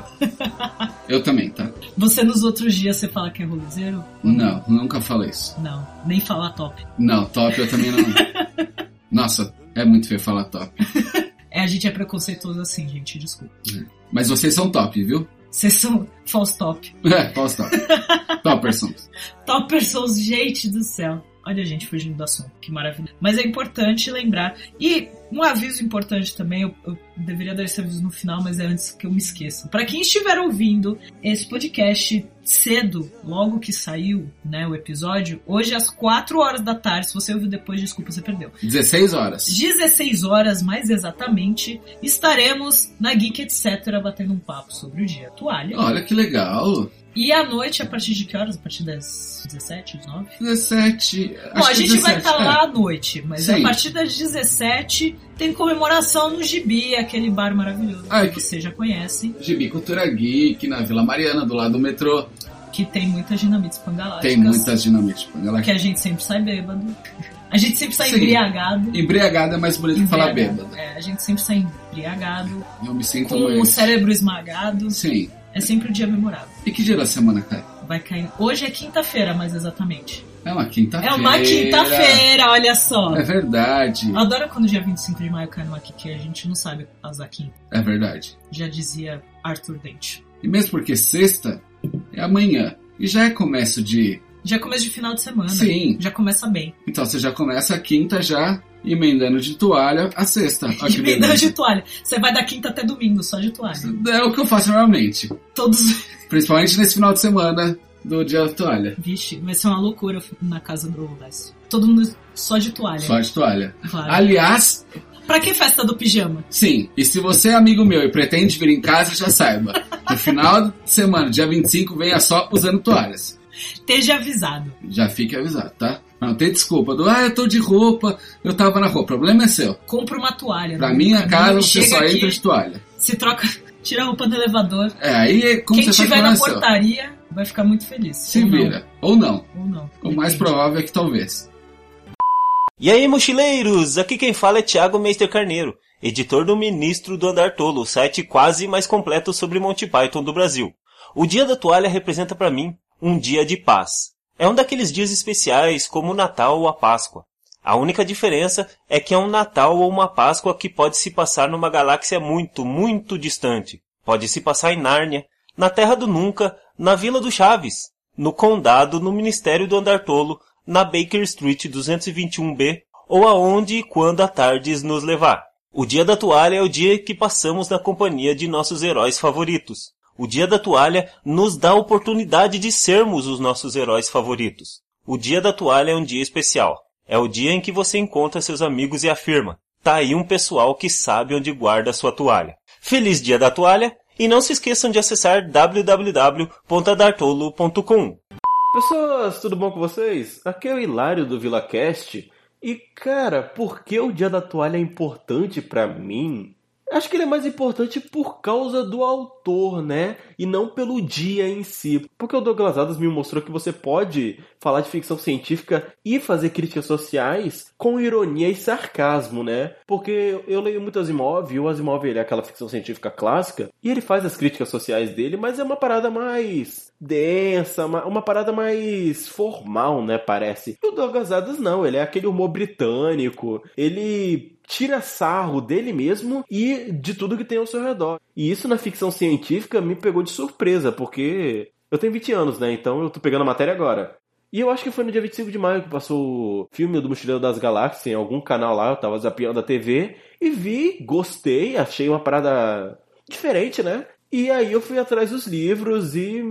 Speaker 2: Eu também, tá?
Speaker 1: Você nos outros dias você fala que é rolezeiro?
Speaker 2: Não, nunca falei isso.
Speaker 1: Não, nem falar top.
Speaker 2: Não, top eu também não. Nossa, é muito feio falar top.
Speaker 1: É, a gente é preconceituoso assim, gente, desculpa.
Speaker 2: Mas vocês são top, viu?
Speaker 1: Vocês são [LAUGHS] false top.
Speaker 2: É, falso top. Topperson.
Speaker 1: Top pessoas, gente do céu. Olha a gente fugindo do assunto, que maravilha. Mas é importante lembrar. E um aviso importante também, eu, eu deveria dar esse aviso no final, mas é antes que eu me esqueça. Para quem estiver ouvindo esse podcast cedo, logo que saiu né, o episódio, hoje às 4 horas da tarde, se você ouviu depois, desculpa, você perdeu.
Speaker 2: 16 horas.
Speaker 1: 16 horas, mais exatamente, estaremos na Geek Etc. batendo um papo sobre o dia toalha.
Speaker 2: Olha que legal.
Speaker 1: E à noite, a partir de que horas? A partir das 17, 19?
Speaker 2: 17.
Speaker 1: Bom, a gente vai estar
Speaker 2: falar.
Speaker 1: lá à noite, mas
Speaker 2: é. Sim.
Speaker 1: a partir das 17 tem comemoração no Gibi, aquele bar maravilhoso
Speaker 2: Ah,
Speaker 1: que vocês já conhecem,
Speaker 2: É. Gibi Cultura Geek, na Vila Mariana, do lado do metrô.
Speaker 1: que tem muitas dinamites pangaláticas.
Speaker 2: Tem muitas dinamites. tipo, ela-
Speaker 1: é Que a gente sempre sai bêbado. A gente sempre sai
Speaker 2: Sim.
Speaker 1: embriagado.
Speaker 2: Embriagada é mais bonito que falar
Speaker 1: Embriagado.
Speaker 2: bêbada.
Speaker 1: É, a gente sempre sai embriagado,
Speaker 2: Eu me sinto
Speaker 1: com o
Speaker 2: mais...
Speaker 1: cérebro esmagado.
Speaker 2: Sim.
Speaker 1: É sempre um dia memorável.
Speaker 2: E que dia da semana cai?
Speaker 1: Vai cair. Hoje é quinta-feira, mais exatamente.
Speaker 2: É uma quinta-feira.
Speaker 1: É uma quinta-feira, olha só.
Speaker 2: É verdade.
Speaker 1: Adoro quando dia 25 de maio cai numa quinta, a gente não sabe as quinta.
Speaker 2: É verdade.
Speaker 1: já dizia Arthur Dente.
Speaker 2: E mesmo porque sexta é amanhã. E já é começo de...
Speaker 1: Já é começo de final de semana.
Speaker 2: Sim.
Speaker 1: Já começa bem.
Speaker 2: Então você já começa a quinta já emendando de toalha a sexta. Ó,
Speaker 1: [LAUGHS]
Speaker 2: que
Speaker 1: Emendando
Speaker 2: beleza.
Speaker 1: de toalha. Você vai da quinta até domingo, só de toalha.
Speaker 2: É o que eu faço normalmente.
Speaker 1: Todos. [LAUGHS]
Speaker 2: Principalmente nesse final de semana do dia da toalha.
Speaker 1: Vixe, vai ser uma loucura na casa do Lécio. Todo mundo só de toalha.
Speaker 2: Só de toalha.
Speaker 1: Claro.
Speaker 2: Aliás,
Speaker 1: Pra que festa do pijama?
Speaker 2: Sim, e se você é amigo meu e pretende vir em casa, já saiba. No final de semana, dia 25, venha só usando toalhas.
Speaker 1: Esteja avisado.
Speaker 2: Já fique avisado, tá? Não tem desculpa do, ah, eu tô de roupa, eu tava na rua. O problema é seu.
Speaker 1: Compra uma toalha.
Speaker 2: Pra
Speaker 1: né?
Speaker 2: minha casa, você
Speaker 1: Chega
Speaker 2: só
Speaker 1: aqui,
Speaker 2: entra de toalha.
Speaker 1: Se troca, [LAUGHS] tira a roupa do elevador.
Speaker 2: É, aí é como
Speaker 1: Quem
Speaker 2: você
Speaker 1: tiver
Speaker 2: faz
Speaker 1: na
Speaker 2: o problema é seu.
Speaker 1: portaria vai ficar muito feliz.
Speaker 2: Se
Speaker 1: Ou não,
Speaker 2: vira. Ou não.
Speaker 1: Ou não.
Speaker 2: O mais
Speaker 1: Depende.
Speaker 2: provável é que talvez.
Speaker 5: E aí, mochileiros! Aqui quem fala é Thiago Meister Carneiro, editor do Ministro do Andar Tolo, o site quase mais completo sobre Monty Python do Brasil. O Dia da Toalha representa para mim um dia de paz. É um daqueles dias especiais, como o Natal ou a Páscoa. A única diferença é que é um Natal ou uma Páscoa que pode se passar numa galáxia muito, muito distante. Pode se passar em Nárnia, na Terra do Nunca, na Vila do Chaves, no Condado, no Ministério do Andartolo, na Baker Street 221B, ou aonde e quando a tardes nos levar. O dia da toalha é o dia que passamos na companhia de nossos heróis favoritos. O dia da toalha nos dá a oportunidade de sermos os nossos heróis favoritos. O dia da toalha é um dia especial. É o dia em que você encontra seus amigos e afirma: tá aí um pessoal que sabe onde guarda sua toalha. Feliz dia da toalha! E não se esqueçam de acessar www.adartolo.com.
Speaker 6: Pessoas, tudo bom com vocês? Aqui é o Hilário do VilaCast. E cara, por que o Dia da Toalha é importante pra mim? Acho que ele é mais importante por causa do autor, né? E não pelo dia em si. Porque o Douglas Adams me mostrou que você pode falar de ficção científica e fazer críticas sociais com ironia e sarcasmo, né? Porque eu leio muito Asimov, e o Asimov ele é aquela ficção científica clássica, e ele faz as críticas sociais dele, mas é uma parada mais densa, uma, uma parada mais formal, né, parece. E o Douglas Adams não, ele é aquele humor britânico, ele tira sarro dele mesmo e de tudo que tem ao seu redor. E isso na ficção científica me pegou de surpresa, porque eu tenho 20 anos, né, então eu tô pegando a matéria agora. E eu acho que foi no dia 25 de maio que passou o filme do Mochileiro das Galáxias em algum canal lá, eu tava zapeando a TV e vi, gostei, achei uma parada diferente, né? E aí eu fui atrás dos livros e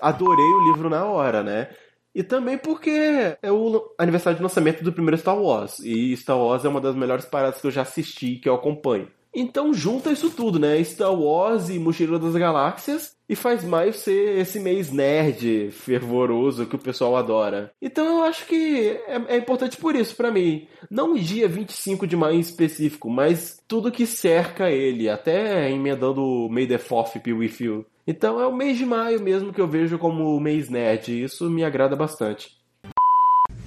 Speaker 6: adorei o livro na hora, né? E também porque é o aniversário de lançamento do primeiro Star Wars. E Star Wars é uma das melhores paradas que eu já assisti e que eu acompanho. Então junta isso tudo, né? Star Wars e Mochileiro das Galáxias e faz maio ser esse mês nerd, fervoroso que o pessoal adora. Então eu acho que é, é importante por isso pra mim. Não o dia 25 de maio em específico, mas tudo que cerca ele, até emendando o May the Fourth Be With You. Então é o mês de maio mesmo que eu vejo como o mês nerd, e isso me agrada bastante.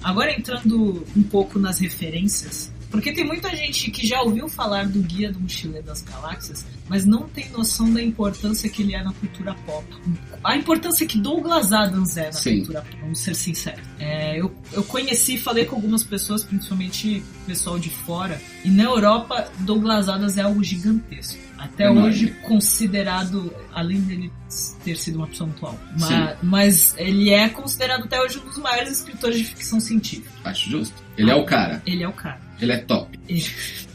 Speaker 1: Agora entrando um pouco nas referências, porque tem muita gente que já ouviu falar do Guia do Mochileiro das Galáxias, mas não tem noção da importância que ele é na cultura pop. A importância que Douglas Adams é na
Speaker 2: Sim.
Speaker 1: cultura pop, vamos ser sinceros. É, eu, eu conheci e falei com algumas pessoas, principalmente pessoal de fora, e na Europa Douglas Adams é algo gigantesco. Até
Speaker 2: Enorme.
Speaker 1: hoje considerado, além dele ter sido uma pessoa muito alta, ma-
Speaker 2: Sim.
Speaker 1: mas, ele é considerado até hoje um dos maiores escritores de ficção científica.
Speaker 2: Acho justo. Ele é o cara.
Speaker 1: Ele é o cara.
Speaker 2: Ele é top.
Speaker 1: Ele-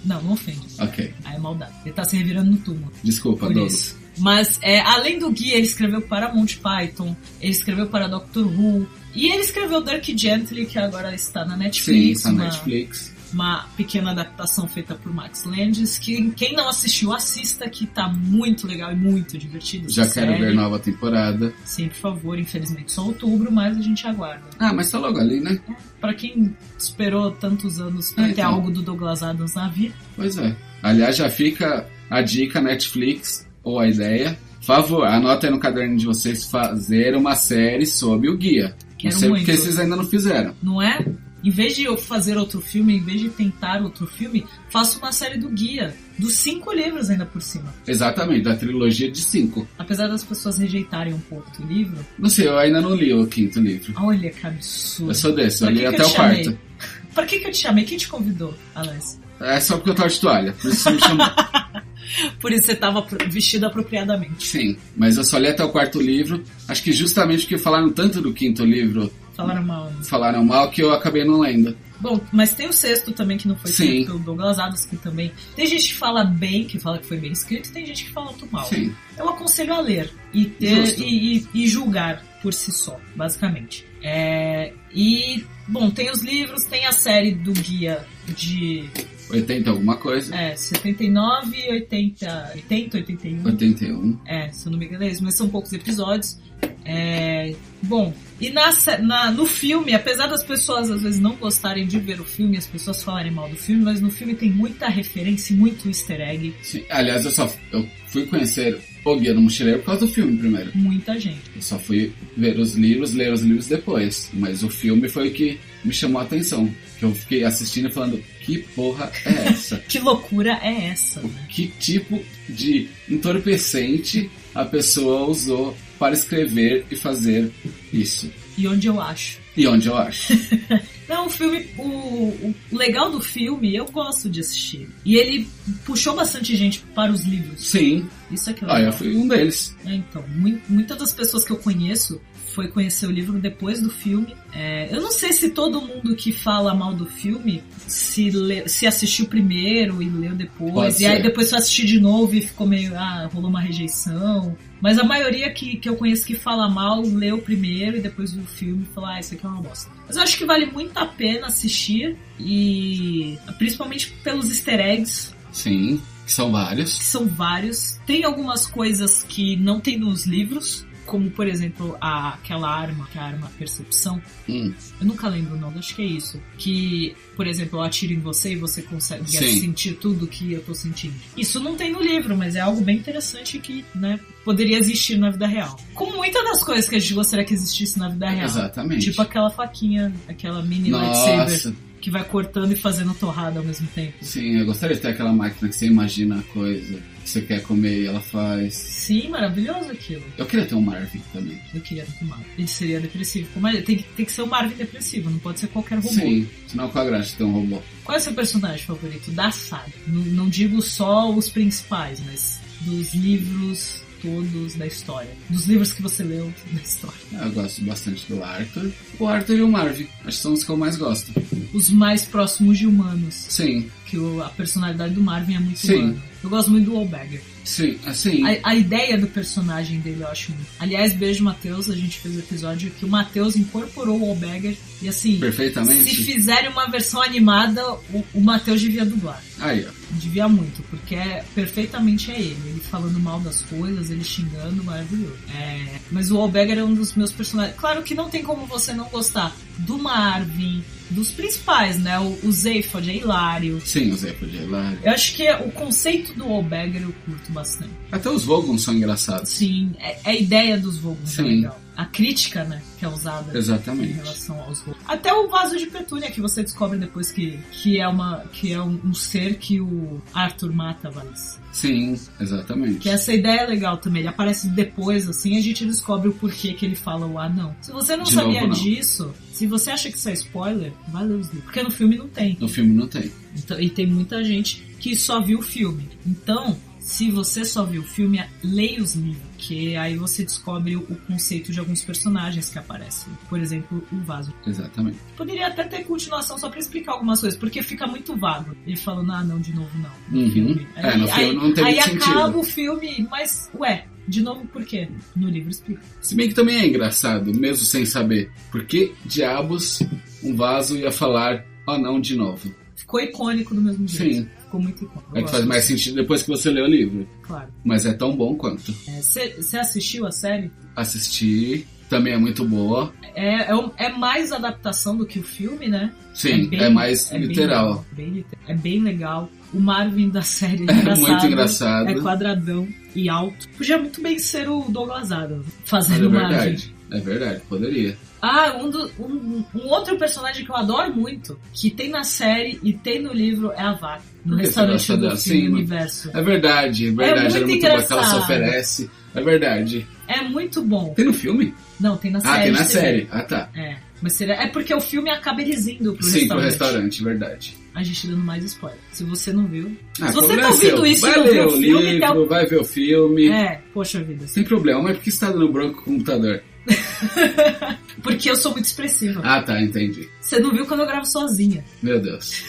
Speaker 1: Não, não ofende.
Speaker 2: Ok.
Speaker 1: Aí é maldade. Ele tá se revirando no túmulo.
Speaker 2: Desculpa,
Speaker 1: Por
Speaker 2: Douglas.
Speaker 1: isso. Mas, é, além do Guia, ele escreveu para Monty Python, ele escreveu para Doctor Who, e ele escreveu Dirk Gently, que agora está na
Speaker 2: Sim,
Speaker 1: Netflix,
Speaker 2: tá
Speaker 1: uma,
Speaker 2: na Netflix.
Speaker 1: uma pequena adaptação feita por Max Landis, que quem não assistiu, assista, que tá muito legal e muito divertido. essa
Speaker 2: Já quero
Speaker 1: série.
Speaker 2: ver nova temporada.
Speaker 1: Sim, por favor, infelizmente só outubro, mas a gente aguarda.
Speaker 2: Ah, mas tá logo ali, né?
Speaker 1: Pra quem esperou tantos anos pra
Speaker 2: É,
Speaker 1: ter
Speaker 2: então.
Speaker 1: algo do Douglas Adams na vida,
Speaker 2: Pois é. Aliás, já fica a dica Netflix ou a ideia. Por Favor, anota aí no caderno de vocês fazer uma série sobre o guia.
Speaker 1: Quero
Speaker 2: não sei
Speaker 1: muito.
Speaker 2: porque vocês ainda não fizeram.
Speaker 1: não é? Em vez de eu fazer outro filme, em vez de tentar outro filme, faço uma série do guia, dos cinco livros ainda por cima.
Speaker 2: Exatamente, da trilogia de cinco.
Speaker 1: Apesar das pessoas rejeitarem um pouco do livro,
Speaker 2: Não sei, eu ainda não li o quinto livro.
Speaker 1: olha que absurdo.
Speaker 2: Eu sou desse, eu
Speaker 1: Pra que
Speaker 2: li
Speaker 1: que
Speaker 2: até
Speaker 1: eu
Speaker 2: o
Speaker 1: te chamei?
Speaker 2: quarto.
Speaker 1: [LAUGHS] Pra que, que eu te chamei? Quem te convidou, Alex?
Speaker 2: É só porque eu tava de toalha, por isso
Speaker 1: [LAUGHS]
Speaker 2: me chamou.
Speaker 1: Por isso você tava pro- vestido apropriadamente.
Speaker 2: Sim, mas eu só li até o quarto livro. Acho que justamente porque falaram tanto do quinto livro,
Speaker 1: Falaram mal. né?
Speaker 2: falaram mal, que eu acabei não lendo.
Speaker 1: Bom, mas tem o sexto também que não foi
Speaker 2: Sim.
Speaker 1: escrito pelo Douglas Adams, que também. Tem gente que fala bem, que fala que foi bem escrito, e tem gente que fala muito mal.
Speaker 2: Sim,
Speaker 1: Eu aconselho a ler e, ter,
Speaker 2: Justo.
Speaker 1: e, e- e julgar por si só, basicamente. É, e, bom, tem os livros, tem a série do guia de
Speaker 2: 80 alguma coisa,
Speaker 1: é, 79, 80, 80, 81.
Speaker 2: 81.
Speaker 1: É, se eu não me engano é isso, mas são poucos episódios. É, bom, e na, sé- na- no filme, apesar das pessoas às vezes não gostarem de ver o filme, as pessoas falarem mal do filme, mas no filme tem muita referência e muito easter egg,
Speaker 2: Sim, Aliás, eu só eu fui conhecer o Guia do Mochileiro por causa do filme primeiro.
Speaker 1: muita gente.
Speaker 2: Eu só fui ver os livros, ler os livros depois. Mas o filme foi o que me chamou a atenção. Que eu fiquei assistindo e falando, que porra é essa? [LAUGHS]
Speaker 1: Que loucura é essa?
Speaker 2: O que tipo de entorpecente a pessoa usou para escrever e fazer isso?
Speaker 1: E onde eu acho?
Speaker 2: E onde
Speaker 1: [LAUGHS]
Speaker 2: eu acho?
Speaker 1: Não, o filme. O, o legal do filme, eu gosto de assistir. E ele puxou bastante gente para os livros.
Speaker 2: Sim,
Speaker 1: Isso é que é
Speaker 2: ah,
Speaker 1: legal.
Speaker 2: eu fui um deles.
Speaker 1: É, então, mui- muitas das pessoas que eu conheço foi conhecer o livro depois do filme. É, eu não sei se todo mundo que fala mal do filme se, le- se assistiu primeiro e leu depois.
Speaker 2: Pode
Speaker 1: e aí
Speaker 2: ser.
Speaker 1: depois foi assistir de novo e ficou meio. Ah, rolou uma rejeição. Mas a maioria que, que eu conheço que fala mal leu primeiro e depois viu o filme e falou: Ah, isso aqui é uma bosta. Mas eu acho que vale muito a pena assistir e. principalmente pelos easter eggs
Speaker 2: Sim, que são vários.
Speaker 1: que são vários. Tem algumas coisas que não tem nos livros, como por exemplo a, aquela arma, que é a arma Percepção.
Speaker 2: Hum,
Speaker 1: Eu nunca lembro o nome, acho que é isso. Que, por exemplo, eu atiro em você e você consegue
Speaker 2: Sim.
Speaker 1: sentir tudo que eu tô sentindo. Isso não tem no livro, mas é algo bem interessante que, né, poderia existir na vida real. Como muitas das coisas que a gente gostaria que existisse na vida real.
Speaker 2: exatamente.
Speaker 1: Tipo aquela faquinha, aquela mini lightsaber
Speaker 2: Nossa,
Speaker 1: que vai cortando e fazendo torrada ao mesmo tempo.
Speaker 2: sim, eu gostaria de ter aquela máquina que você imagina a coisa que você quer comer e ela faz.
Speaker 1: Sim, maravilhoso aquilo.
Speaker 2: Eu queria ter um Marvin também.
Speaker 1: Eu queria ter Marvin. Ele seria depressivo. Como é- tem, que- tem que ser o Marvin depressivo, não pode ser qualquer robô.
Speaker 2: Sim, senão qual a graça de ter um robô?
Speaker 1: Qual é o seu personagem favorito da saga? Não, não digo só os principais, mas dos livros todos da história. Dos livros que você leu [LAUGHS] da história.
Speaker 2: Eu gosto bastante do Arthur. O Arthur e o Marvin, acho que são os que eu mais gosto.
Speaker 1: os mais próximos de humanos.
Speaker 2: Sim,
Speaker 1: Que o- a personalidade do Marvin é muito
Speaker 2: Sim.
Speaker 1: humana. Eu gosto muito do Allberger.
Speaker 2: sim, assim.
Speaker 1: A, a ideia do personagem dele eu acho muito. Aliás, beijo, Matheus. A gente fez o episódio que o Matheus incorporou o Allberger. E assim, se
Speaker 2: Perfeitamente.
Speaker 1: fizerem uma versão animada, o, o Matheus devia dublar.
Speaker 2: Aí, ó.
Speaker 1: Devia muito, porque é- perfeitamente é ele. Ele falando mal das coisas, ele xingando, maravilhoso. É, mas o Allbagger é um dos meus personagens. Claro que não tem como você não gostar do Marvin, dos principais, né? O, o Zephyr é hilário.
Speaker 2: Sim, o Zé podia ir lá.
Speaker 1: Eu acho que é, o conceito do Allbagger eu curto bastante.
Speaker 2: Até os Vogons são engraçados.
Speaker 1: Sim, é, é a ideia dos Vogons é
Speaker 2: Sim.
Speaker 1: legal. A crítica, né, que é usada em
Speaker 2: Exatamente.
Speaker 1: relação aos Vogons. Até o vaso de petúnia que você descobre depois que, que é, uma, que é um, um ser que o Arthur mata, Vanessa.
Speaker 2: Sim, exatamente.
Speaker 1: Que essa ideia é legal também. Ele aparece depois, assim, a gente descobre o porquê que ele fala o ah não. Se você não
Speaker 2: De
Speaker 1: sabia
Speaker 2: novo, não.
Speaker 1: disso, se você acha que isso é spoiler, vai ler os livros. Porque no filme não tem.
Speaker 2: No filme não tem.
Speaker 1: Então, e tem muita gente que só viu o filme. Então, se você só viu o filme, leia os livros. Que aí você descobre o conceito de alguns personagens que aparecem. Por exemplo, o vaso.
Speaker 2: Exatamente.
Speaker 1: Poderia até ter continuação só pra explicar algumas coisas, porque fica muito vago. Ele falando, ah, não, de novo não. no
Speaker 2: Uhum.
Speaker 1: filme.
Speaker 2: É, no filme não tem
Speaker 1: aí
Speaker 2: muito sentido.
Speaker 1: acaba o filme, mas, ué, de novo por quê? No livro explica.
Speaker 2: Se bem que também é engraçado, mesmo sem saber. Por que diabos um vaso ia falar, ó não, de novo?
Speaker 1: Ficou icônico do mesmo jeito.
Speaker 2: Sim.
Speaker 1: Ficou muito icônico. Eu
Speaker 2: É que faz
Speaker 1: gosto
Speaker 2: mais sentido depois que você lê o livro.
Speaker 1: disso, Claro.
Speaker 2: Mas é tão bom quanto.
Speaker 1: Você assistiu a série?
Speaker 2: Assistir também é muito boa.
Speaker 1: É, é, um- é mais adaptação do que o filme, né?
Speaker 2: Sim, é,
Speaker 1: bem-
Speaker 2: mais
Speaker 1: é bem
Speaker 2: literal.
Speaker 1: legal, bem lite- é bem legal. O Marvin da série é,
Speaker 2: [LAUGHS] é muito engraçado.
Speaker 1: É quadradão e alto. Podia muito bem ser o Douglas Adams fazendo
Speaker 2: é
Speaker 1: o Marvin.
Speaker 2: verdade. É verdade, poderia.
Speaker 1: Ah, um, do- um- um outro personagem que eu adoro muito, que tem na série e tem no livro, é a Vaca. No
Speaker 2: Por que
Speaker 1: restaurante
Speaker 2: você gosta
Speaker 1: do
Speaker 2: dela?
Speaker 1: filme
Speaker 2: Sim,
Speaker 1: Universo.
Speaker 2: É verdade, é
Speaker 1: muito
Speaker 2: verdade. Era muito boa que ela se
Speaker 1: engraçado.
Speaker 2: oferece. É verdade.
Speaker 1: É muito bom.
Speaker 2: Tem no filme?
Speaker 1: Não, tem na série.
Speaker 2: Ah, tem na
Speaker 1: você vê.
Speaker 2: série. Ah, tá.
Speaker 1: É. Mas seria... É porque o filme acaba eles indo pro,
Speaker 2: Sim, pro
Speaker 1: restaurante.
Speaker 2: restaurante, verdade.
Speaker 1: A gente dando mais spoiler. Se você não viu.
Speaker 2: Ah,
Speaker 1: Se você
Speaker 2: problema
Speaker 1: tá ouvindo
Speaker 2: seu.
Speaker 1: isso e
Speaker 2: vai
Speaker 1: não
Speaker 2: ler
Speaker 1: viu o
Speaker 2: o
Speaker 1: filme,
Speaker 2: livro,
Speaker 1: tá-
Speaker 2: vai ver o filme.
Speaker 1: É, poxa vida.
Speaker 2: Sem problema, mas por que você tá dando branco com o computador?
Speaker 1: Porque eu sou muito expressiva.
Speaker 2: Ah, tá, entendi.
Speaker 1: Você não viu quando eu gravo sozinha.
Speaker 2: Meu Deus.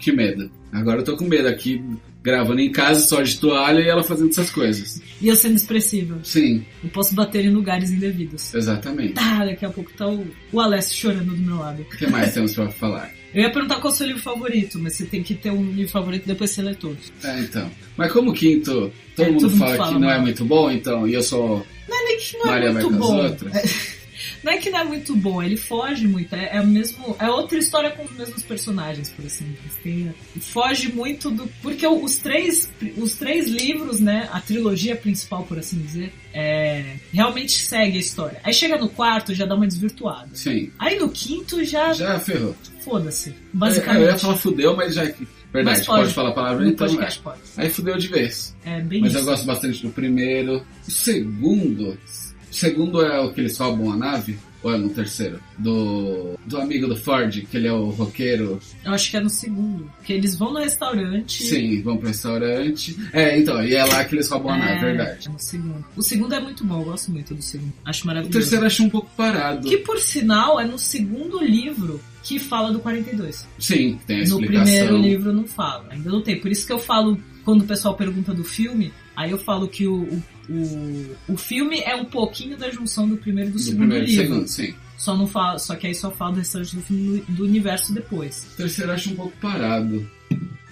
Speaker 2: que medo. Agora eu tô com medo aqui, gravando em casa, só de toalha e ela fazendo essas coisas.
Speaker 1: E eu sendo expressiva.
Speaker 2: Sim,
Speaker 1: Eu posso bater em lugares indevidos.
Speaker 2: exatamente.
Speaker 1: Tá, daqui a pouco tá o, o Alessio chorando do meu lado.
Speaker 2: O que mais temos pra falar?
Speaker 1: Eu ia perguntar qual é o seu livro favorito, mas você tem que ter um livro favorito depois você lê todos.
Speaker 2: É, então. Mas como o quinto, todo
Speaker 1: É,
Speaker 2: mundo
Speaker 1: todo mundo
Speaker 2: fala,
Speaker 1: fala
Speaker 2: que não é
Speaker 1: mal.
Speaker 2: muito bom, então, e eu sou
Speaker 1: Não é que não é
Speaker 2: Maria vai com
Speaker 1: muito
Speaker 2: as
Speaker 1: bom.
Speaker 2: outras.
Speaker 1: Não é que não é muito bom, ele foge muito. É, é, o mesmo, é outra história com os mesmos personagens, por assim dizer. Tem- Foge muito do. Porque os três, os três livros, né? A trilogia principal, por assim dizer, é, realmente segue a história. Aí chega no quarto, já dá uma desvirtuada.
Speaker 2: Sim.
Speaker 1: Aí no quinto já.
Speaker 2: Já ferrou. É,
Speaker 1: Foda-se.
Speaker 2: Eu ia
Speaker 1: Basicamente.
Speaker 2: falar fudeu, mas já que. Verdade,
Speaker 1: Mas
Speaker 2: pode.
Speaker 1: pode.
Speaker 2: falar a palavra
Speaker 1: no
Speaker 2: então. é.
Speaker 1: podcast pode.
Speaker 2: Aí fudeu de vez.
Speaker 1: É bem
Speaker 2: Mas eu
Speaker 1: isso.
Speaker 2: gosto bastante do primeiro. O segundo. O segundo é o que eles roubam a nave? Ou é no terceiro? Do. Do amigo do Ford, que ele é o roqueiro.
Speaker 1: Eu acho que é no segundo. Porque eles vão no restaurante.
Speaker 2: Sim, vão pro restaurante. É, então, e é lá que eles roubam a nave,
Speaker 1: É,
Speaker 2: verdade.
Speaker 1: é no segundo. O segundo é muito bom, eu gosto muito do segundo. Acho
Speaker 2: O
Speaker 1: maravilhoso.
Speaker 2: terceiro eu achei um pouco parado.
Speaker 1: Que por sinal é no segundo livro que fala do 42.
Speaker 2: Sim, tem a
Speaker 1: No
Speaker 2: explicação.
Speaker 1: primeiro livro não fala. Ainda não tem. Por isso que eu falo, quando o pessoal pergunta do filme, aí eu falo que o, o, o, o filme é um pouquinho da junção do primeiro e do,
Speaker 2: do
Speaker 1: segundo
Speaker 2: primeiro e
Speaker 1: livro.
Speaker 2: segundo, sim.
Speaker 1: Só, não fala, só que aí só fala do restante do, filme, do universo depois.
Speaker 2: O terceiro eu acho um pouco parado.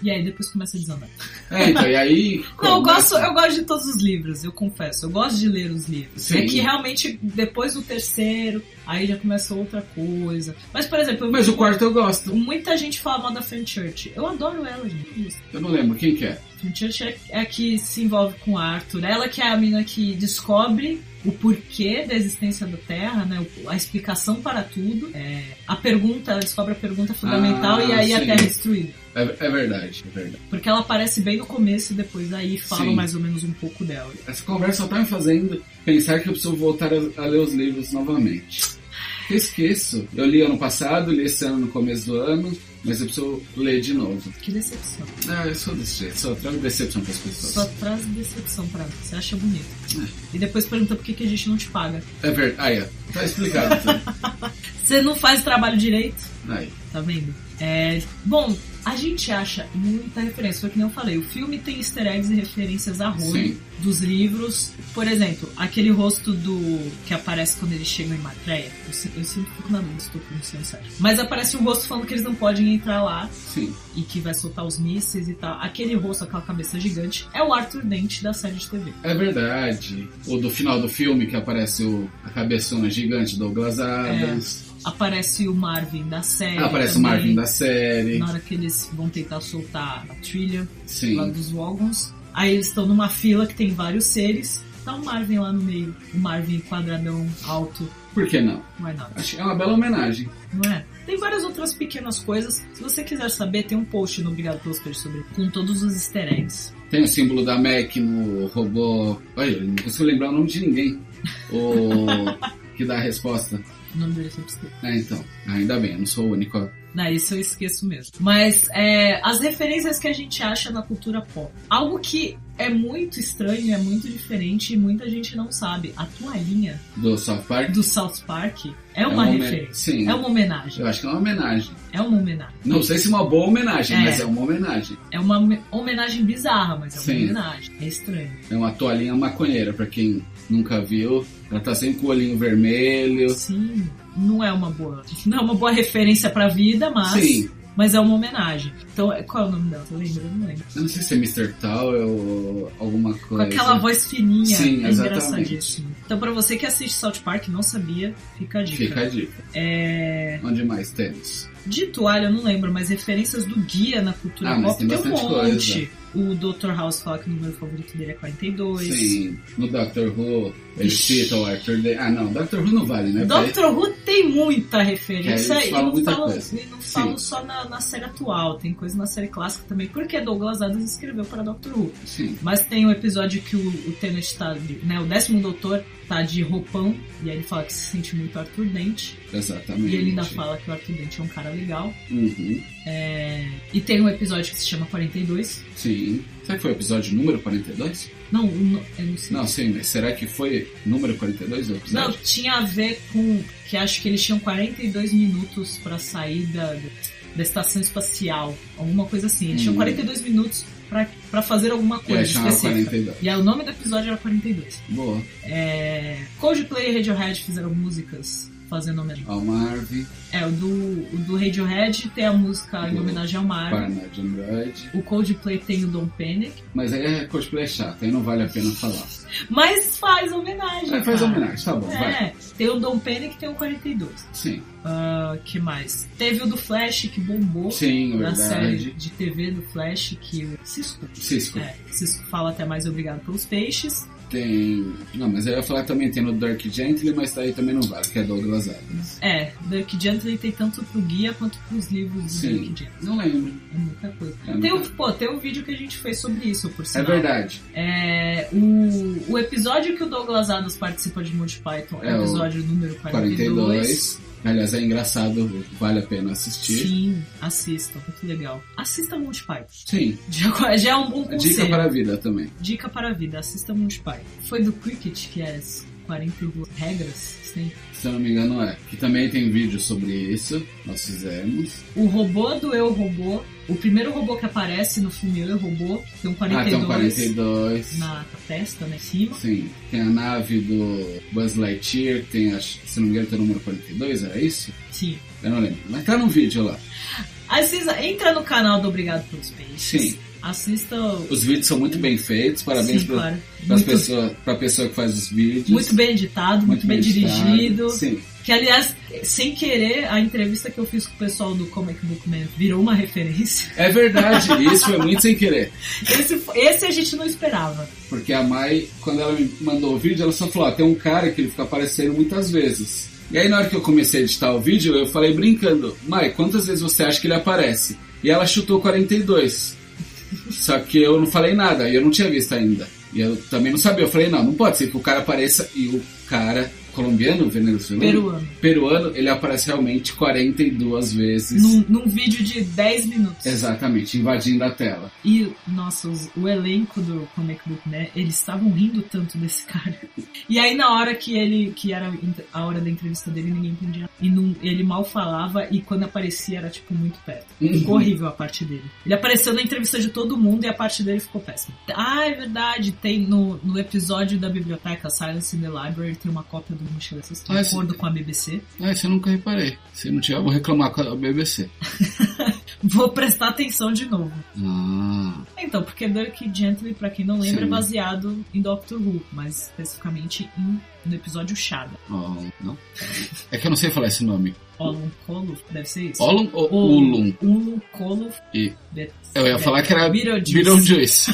Speaker 1: E aí depois começa a desandar.
Speaker 2: É, então, e aí.
Speaker 1: [LAUGHS] Não, eu
Speaker 2: começa-
Speaker 1: gosto, eu gosto de todos os livros, eu confesso. Eu gosto de ler os livros.
Speaker 2: Sim.
Speaker 1: É que realmente, depois do terceiro, aí já começa outra coisa. Mas, por exemplo, eu
Speaker 2: Mas o quarto eu gosto.
Speaker 1: Muita gente fala mal da Fenchurch. Eu adoro ela, gente.
Speaker 2: Eu não lembro quem que é.
Speaker 1: Fenchurch é, é a que se envolve com Arthur. Ela que é a mina que descobre o porquê da existência da Terra, né? O- A explicação para tudo. É, a pergunta, ela descobre a pergunta fundamental
Speaker 2: Ah,
Speaker 1: e aí a
Speaker 2: sim.
Speaker 1: Terra é destruída.
Speaker 2: É, é verdade, é verdade.
Speaker 1: Porque ela aparece bem no começo e depois aí falam
Speaker 2: Sim.
Speaker 1: mais ou menos um pouco dela.
Speaker 2: Essa conversa só tá me fazendo pensar que eu preciso voltar a, a ler os livros novamente. Eu esqueço. Eu li ano passado, li esse ano no começo do ano, mas eu preciso ler de novo.
Speaker 1: Que decepção.
Speaker 2: Ah, eu sou desse jeito, só trago decepção pras pessoas.
Speaker 1: Só traz decepção pra mim. Você acha bonito. E depois pergunta por que, que a gente não te paga.
Speaker 2: É verdade. Ah, é. Tá explicado. tudo.
Speaker 1: Você não faz trabalho direito?
Speaker 2: Aí.
Speaker 1: Tá vendo? É, bom, a gente acha muita referência, foi que nem eu falei, o filme tem easter eggs e referências a Rony,
Speaker 2: Sim.
Speaker 1: dos livros. Por exemplo, aquele rosto do. que aparece quando eles chegam em Matreia. Eu, se- eu sempre fico na dúvida, estou pronunciando certo. Mas aparece um rosto falando que eles não podem entrar lá
Speaker 2: Sim.
Speaker 1: e que vai soltar os mísseis e tal. Aquele rosto, aquela cabeça gigante, é o Arthur Dente da série de TV.
Speaker 2: É verdade. O do final do filme que aparece o, a cabeçona gigante do Douglas Adams.
Speaker 1: Aparece o Marvin da série.
Speaker 2: aparece o
Speaker 1: É, também.
Speaker 2: Marvin da série.
Speaker 1: Na hora que eles vão tentar soltar a trilha lá
Speaker 2: Sim.
Speaker 1: dos Wogons. Aí eles estão numa fila que tem vários seres. Tá o Marvin lá no meio. O Marvin quadradão, alto,
Speaker 2: Por que não?
Speaker 1: why not?
Speaker 2: Acho que é uma bela homenagem.
Speaker 1: Não é? Tem várias outras pequenas coisas. Se você quiser saber, tem um post no Obrigado pelos Peixes sobre com todos os easter eggs.
Speaker 2: Tem o símbolo da Mac no robô. Olha, eu não consigo lembrar o nome de ninguém. O que dá a resposta.
Speaker 1: O nome dele eu sempre esqueço.
Speaker 2: É, então. Ainda bem, eu não sou o único. ó.
Speaker 1: Na isso eu esqueço mesmo. Mas é, as referências que a gente acha na cultura pop. Algo que é muito estranho, é muito diferente e muita gente não sabe. A toalhinha
Speaker 2: Do South Park.
Speaker 1: do South Park é uma,
Speaker 2: homen-
Speaker 1: referência.
Speaker 2: Sim.
Speaker 1: É uma homenagem.
Speaker 2: Eu acho que é uma homenagem.
Speaker 1: É uma homenagem.
Speaker 2: Não sei se é uma boa homenagem,
Speaker 1: É.
Speaker 2: mas é uma homenagem.
Speaker 1: É uma home- homenagem bizarra, mas é uma
Speaker 2: Sim.
Speaker 1: homenagem. É estranho.
Speaker 2: É uma toalhinha maconheira, pra quem nunca viu. Ela tá sempre com o olhinho vermelho.
Speaker 1: Sim, não é uma boa. Não é uma boa referência pra vida, mas.
Speaker 2: Sim.
Speaker 1: Mas é uma homenagem. Então, é- qual é o nome dela? Você lembra? Eu não lembro.
Speaker 2: Eu não sei se é Mr. Tal ou alguma
Speaker 1: Com
Speaker 2: coisa.
Speaker 1: aquela voz fininha,
Speaker 2: é. Sim,
Speaker 1: é
Speaker 2: exatamente.
Speaker 1: engraçadíssimo. Então, pra você que assiste South Park e não sabia, fica a dica.
Speaker 2: Fica a dica.
Speaker 1: É,
Speaker 2: Onde mais temos?
Speaker 1: De toalha, eu não lembro, mas referências do guia na cultura
Speaker 2: Ah, mas
Speaker 1: pop
Speaker 2: tem
Speaker 1: tem, um
Speaker 2: bastante
Speaker 1: monte. O Dr. House fala que o número favorito dele é 42.
Speaker 2: Sim. No Doctor Who, eles
Speaker 1: Ixi.
Speaker 2: citam o Arthur Dent. Ah, não. Doctor Who não vale, né? Porque-
Speaker 1: Doctor Who tem muita
Speaker 2: É,
Speaker 1: referência
Speaker 2: eles
Speaker 1: e
Speaker 2: falam
Speaker 1: não
Speaker 2: muita
Speaker 1: falam,
Speaker 2: coisa.
Speaker 1: e não falam
Speaker 2: Sim.
Speaker 1: só na, na série atual, tem coisa na série clássica também, porque Douglas Adams escreveu para Doctor Who.
Speaker 2: Sim.
Speaker 1: Mas tem um episódio que o, o Tennant tá, de- né, o décimo doutor tá de roupão, e aí ele fala que se sente muito Arthur Dente, e
Speaker 2: Exatamente.
Speaker 1: ele ainda fala que o Arthur Dente é um cara legal.
Speaker 2: Uhum.
Speaker 1: É, E tem um episódio que se chama 42,
Speaker 2: Sim. Será que foi o episódio número 42?
Speaker 1: não, o no- eu não sei.
Speaker 2: Não, sim, mas será que foi número 42 o
Speaker 1: Não,
Speaker 2: episódio?
Speaker 1: tinha a ver com que acho que eles tinham 42 minutos pra sair da, da estação espacial, alguma coisa assim. Eles tinham
Speaker 2: Hum.
Speaker 1: 42 minutos pra- pra fazer alguma
Speaker 2: E
Speaker 1: coisa
Speaker 2: aí chamava
Speaker 1: específica.
Speaker 2: 42.
Speaker 1: E aí o nome do episódio era 42.
Speaker 2: Boa.
Speaker 1: É, Coldplay e Radiohead fizeram músicas fazendo homenagem.
Speaker 2: Ao Marvin,
Speaker 1: É, o do, o do Radiohead tem a música em
Speaker 2: Boa.
Speaker 1: homenagem ao mar.
Speaker 2: Paranoid Android.
Speaker 1: O Coldplay tem o Don Panic,
Speaker 2: Mas aí é cosplay chato, aí não vale a pena falar.
Speaker 1: mas faz homenagem.
Speaker 2: Aí faz
Speaker 1: cara.
Speaker 2: homenagem, tá bom, vai.
Speaker 1: É, tem o Don Panic, tem o 42.
Speaker 2: Sim.
Speaker 1: Ah, que mais? Teve o do Flash que bombou
Speaker 2: Sim,
Speaker 1: na série
Speaker 2: verdade.
Speaker 1: de TV do Flash que o Cisco,
Speaker 2: Cisco.
Speaker 1: é, Cisco fala até mais obrigado pelos peixes.
Speaker 2: Tem. Não, mas eu ia falar também tem no Dark Gently, mas daí também não vale, que é Douglas Adams.
Speaker 1: É, Dirk Gently tem tanto pro guia quanto pros livros do
Speaker 2: Sim.
Speaker 1: Dirk Gently.
Speaker 2: Não lembro.
Speaker 1: É muita coisa.
Speaker 2: É muita
Speaker 1: Tem um,
Speaker 2: coisa.
Speaker 1: pô, tem um vídeo que a gente fez sobre isso, por
Speaker 2: É
Speaker 1: sinal.
Speaker 2: verdade.
Speaker 1: É, o, o episódio que o Douglas Adams participa de Monty Python é,
Speaker 2: É
Speaker 1: o
Speaker 2: o
Speaker 1: episódio número 42.
Speaker 2: 42. Aliás, é engraçado, vale a pena assistir.
Speaker 1: Sim, assista, muito legal. Assista Monty Python. [LAUGHS]
Speaker 2: Sim.
Speaker 1: Já, já é um bom conselho.
Speaker 2: Dica para a vida também.
Speaker 1: Dica para a vida, assista Monty Python. Foi do Cricket que é as 42 regras, sim.
Speaker 2: Se eu não me engano, é. Que também tem vídeo sobre isso. Nós fizemos.
Speaker 1: O robô do Eu Robô, o primeiro robô que aparece no filme Eu Robô, tem um
Speaker 2: Ah,
Speaker 1: 42,
Speaker 2: tem um 42.
Speaker 1: na testa, né, em cima.
Speaker 2: Sim. Tem a nave do Buzz Lightyear. Tem, a, se eu não me engano, tem o número 42, era isso?
Speaker 1: Sim.
Speaker 2: Eu não lembro. Mas tá no vídeo lá.
Speaker 1: Aí vocês entra no canal do Obrigado pelos Peixes.
Speaker 2: Sim.
Speaker 1: Assista
Speaker 2: Os vídeos são muito bem feitos. Parabéns
Speaker 1: Sim,
Speaker 2: para
Speaker 1: claro.
Speaker 2: Pra
Speaker 1: Muito,
Speaker 2: pessoa, pra pessoa que faz os vídeos.
Speaker 1: muito bem editado, muito,
Speaker 2: Muito
Speaker 1: bem,
Speaker 2: editado.
Speaker 1: dirigido.
Speaker 2: Sim,
Speaker 1: Que, aliás, sem querer, a entrevista que eu fiz com o pessoal do Comic Book Man virou uma referência. [LAUGHS]
Speaker 2: é verdade. e Isso foi muito sem querer.
Speaker 1: Esse, esse a gente não esperava.
Speaker 2: Porque a Mai, quando ela me mandou o vídeo, ela só falou: ó, tem um cara que ele fica aparecendo muitas vezes. E aí, na hora que eu comecei a editar o vídeo, eu falei brincando: Mai, quantas vezes você acha que ele aparece? E ela chutou 42. Só que eu não falei nada, e eu não tinha visto ainda. E eu também não sabia. Eu falei: não, não pode ser que o cara apareça. E o cara colombiano, venezuelano,
Speaker 1: Peruano.
Speaker 2: peruano, ele aparece realmente 42 vezes.
Speaker 1: Num, num vídeo de 10 minutos.
Speaker 2: Exatamente, invadindo a tela.
Speaker 1: E, nossa, os- o elenco do Comic Book, né? Eles estavam rindo tanto desse [LAUGHS] cara. E aí, na hora que ele. que era a hora da entrevista dele, ninguém entendia. E não- ele mal falava, e quando aparecia era, tipo, muito perto. Ficou
Speaker 2: Uhum.
Speaker 1: horrível a parte dele. Ele apareceu na entrevista de todo mundo e a parte dele ficou péssima. Ah, é verdade. Tem no, no episódio da biblioteca Silence in the Library, tem uma cópia do Michel Assistant,
Speaker 2: Ah,
Speaker 1: de
Speaker 2: esse-
Speaker 1: acordo com a BBC.
Speaker 2: Ah, isso eu nunca reparei. Se não tiver, eu vou reclamar com a BBC.
Speaker 1: Vou prestar atenção de novo.
Speaker 2: Ah,
Speaker 1: Então, porque Dirk Gently, pra quem não lembra,
Speaker 2: Sim.
Speaker 1: é baseado em Doctor Who, mas especificamente em- no episódio Shada.
Speaker 2: ó, não. É que eu não sei falar esse nome.
Speaker 1: Olum Kolof, deve ser isso?
Speaker 2: Olum ou
Speaker 1: Um.
Speaker 2: Ulum?
Speaker 1: Ulum Kolof.
Speaker 2: E-
Speaker 1: Bet-
Speaker 2: Eu ia
Speaker 1: Bet-
Speaker 2: falar que era
Speaker 1: É, Beetlejuice.
Speaker 2: Beetlejuice.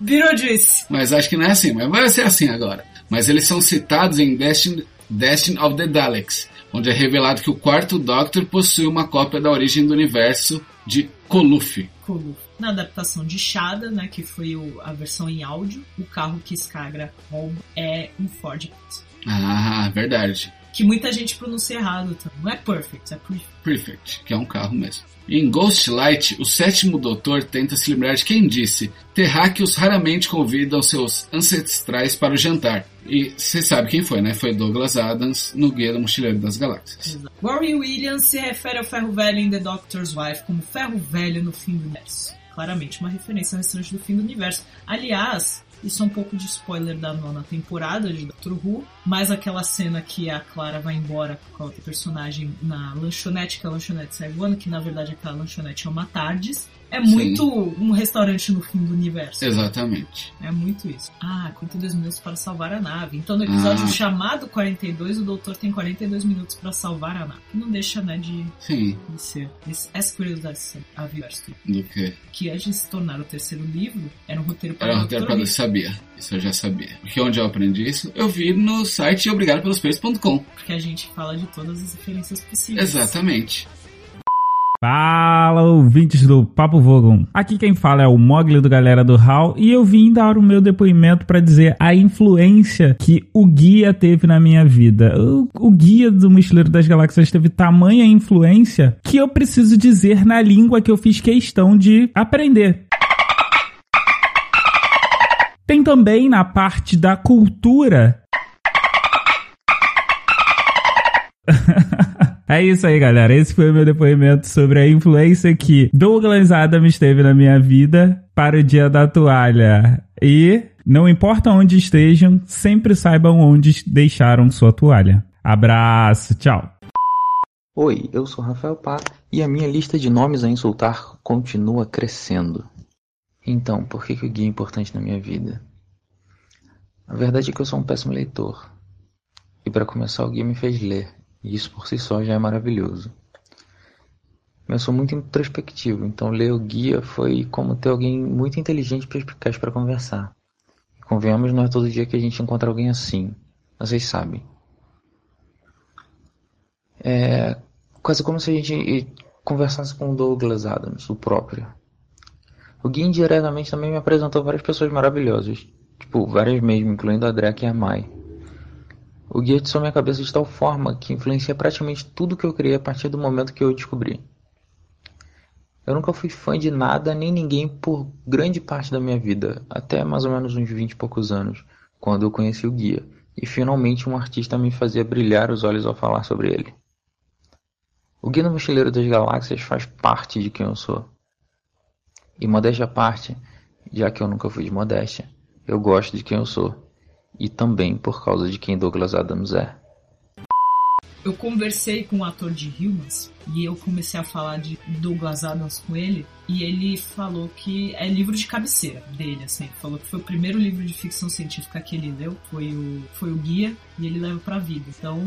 Speaker 1: Beetlejuice.
Speaker 2: Mas acho que não é assim, mas vai ser assim agora. Mas eles são citados em Destiny, Destiny of the Daleks, onde é revelado que o quarto Doctor possui uma cópia da origem do universo de Koluf.
Speaker 1: Kolof. Na adaptação de Shada, né, que foi o- a versão em áudio, o carro que Skagra rouba é um Ford.
Speaker 2: Ah, verdade.
Speaker 1: Que muita gente pronuncia errado também. Não é perfect, é perfect.
Speaker 2: Prefect, que é um carro mesmo. Em Ghostlight, o sétimo doutor tenta se lembrar de quem disse: Terráqueos raramente convidam seus ancestrais para o jantar. E você sabe quem foi, né? Foi Douglas Adams no Guia do Mochileiro das Galáxias.
Speaker 1: Rory Williams se refere ao ferro velho em The Doctor's Wife como ferro velho no fim do universo. Claramente uma referência ao restante do fim do universo. Aliás, isso é um pouco de spoiler da nona temporada de Doctor Who, mas aquela cena que a Clara vai embora com a outra personagem na lanchonete, que a lanchonete sai voando, que na verdade aquela lanchonete é uma Tardes, é
Speaker 2: Sim.
Speaker 1: muito um restaurante no fim do universo.
Speaker 2: Exatamente.
Speaker 1: É muito isso. Ah, conta dois minutos para salvar a nave. Então, no episódio
Speaker 2: Ah.
Speaker 1: chamado 42, o doutor tem 42 minutos para salvar a nave. Não deixa, né, de,
Speaker 2: Sim,
Speaker 1: de ser. esse- Essa curiosidade ser a Viverstone.
Speaker 2: do que?
Speaker 1: Que antes de se tornar o terceiro livro, era um roteiro para
Speaker 2: Era o
Speaker 1: Dr.
Speaker 2: É, roteiro para eu
Speaker 1: Who.
Speaker 2: sabia. Isso eu já sabia. Porque onde eu aprendi isso? Eu vi no site obrigadopelospeitos.com.
Speaker 1: Porque a gente fala de todas as referências possíveis.
Speaker 2: Exatamente.
Speaker 7: Fala, ouvintes do Papo Vogon. Aqui quem fala é o Mogli do Galera do Hall e eu vim dar o meu depoimento pra dizer a influência que o guia teve na minha vida. O, o guia do Mochileiro das Galáxias teve tamanha influência que eu preciso dizer na língua que eu fiz questão de aprender. Tem também na parte da cultura. É isso aí, galera. Esse foi o meu depoimento sobre a influência que Douglas Adams teve na minha vida para o dia da toalha. E não importa onde estejam, sempre saibam onde deixaram sua toalha. Abraço, tchau.
Speaker 8: Oi, eu sou Rafael Pá e a minha lista de nomes a insultar continua crescendo. Então, por que, que o guia é importante na minha vida? A verdade é que eu sou um péssimo leitor. E para começar, o guia me fez ler, e isso por si só já é maravilhoso. Mas eu sou muito introspectivo, então ler o guia foi como ter alguém muito inteligente e perspicaz para conversar. E convenhamos, não é todo dia que a gente encontra alguém assim. Vocês sabem. quase como se a gente eh, conversasse com o Douglas Adams, o próprio. O Gui indiretamente também me apresentou várias pessoas maravilhosas, tipo, várias mesmo, incluindo a Drek e a Mai. O Gui atiçou minha cabeça de tal forma que influencia praticamente tudo que eu criei a partir do momento que eu o descobri. Eu nunca fui fã de nada nem ninguém por grande parte da minha vida, até mais ou menos uns 20 e poucos anos, quando eu conheci o Guia, e finalmente um artista me fazia brilhar os olhos ao falar sobre ele. O Guia do Mochileiro das Galáxias faz parte de quem eu sou. E modéstia à parte, já que eu nunca fui de modéstia, eu gosto de quem eu sou. E também por causa de quem Douglas Adams é.
Speaker 1: Eu conversei com o ator de Humans e eu comecei a falar de Douglas Adams com ele e ele falou que é livro de cabeceira dele, assim. Falou que foi o primeiro livro de ficção científica que ele leu, foi o, foi o guia e ele leva pra vida. Então,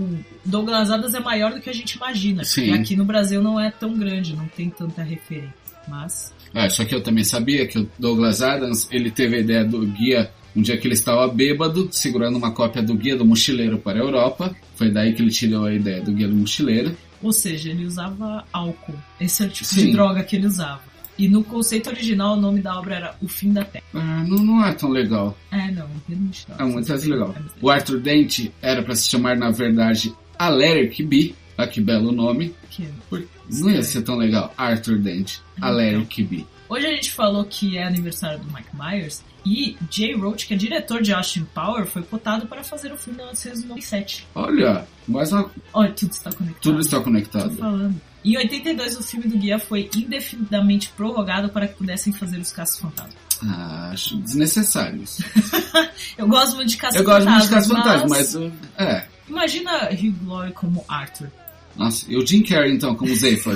Speaker 1: Douglas Adams é maior do que a gente imagina.
Speaker 2: Sim.
Speaker 1: E aqui no Brasil não é tão grande, não tem tanta referência. Mas,
Speaker 2: É, só que eu também sabia que o Douglas Adams, ele teve a ideia do guia um dia que ele estava bêbado, segurando uma cópia do Guia do Mochileiro para a Europa. Foi daí que ele tirou a ideia do Guia do Mochileiro.
Speaker 1: ou seja, ele usava álcool. Esse é o tipo
Speaker 2: Sim.
Speaker 1: de droga que ele usava. E no conceito original, o nome da obra era O Fim da Terra.
Speaker 2: Ah, não, não é tão legal.
Speaker 1: É, não, realmente não.
Speaker 2: É muito mais
Speaker 1: Sim,
Speaker 2: legal.
Speaker 1: é muito
Speaker 2: O Arthur Dente era pra se chamar, na verdade, Aleric B. Olha que belo nome.
Speaker 1: Que-
Speaker 2: Por- Não ia ser tão legal. Arthur Dente, Aleric B.
Speaker 1: Hoje a gente falou que é aniversário do Mike Myers e Jay Roach, que é diretor de Austin Power, foi cotado para fazer o filme em 1997.
Speaker 2: Olha, mas a-
Speaker 1: Olha, tudo está conectado.
Speaker 2: tudo está
Speaker 1: Tô
Speaker 2: conectado.
Speaker 1: falando. Em 82, o filme do Guia foi indefinidamente prorrogado para que pudessem fazer os caças fantasmas.
Speaker 2: Ah, acho desnecessário isso.
Speaker 1: Eu gosto muito de caças
Speaker 2: Eu gosto muito
Speaker 1: fantasmas.
Speaker 2: de Caso Fantasma, mas... uh, É.
Speaker 1: Imagina Hugh Laurie como Arthur.
Speaker 2: Nossa, e o Jim Carrey, então,
Speaker 1: [LAUGHS]
Speaker 2: como Zephyr.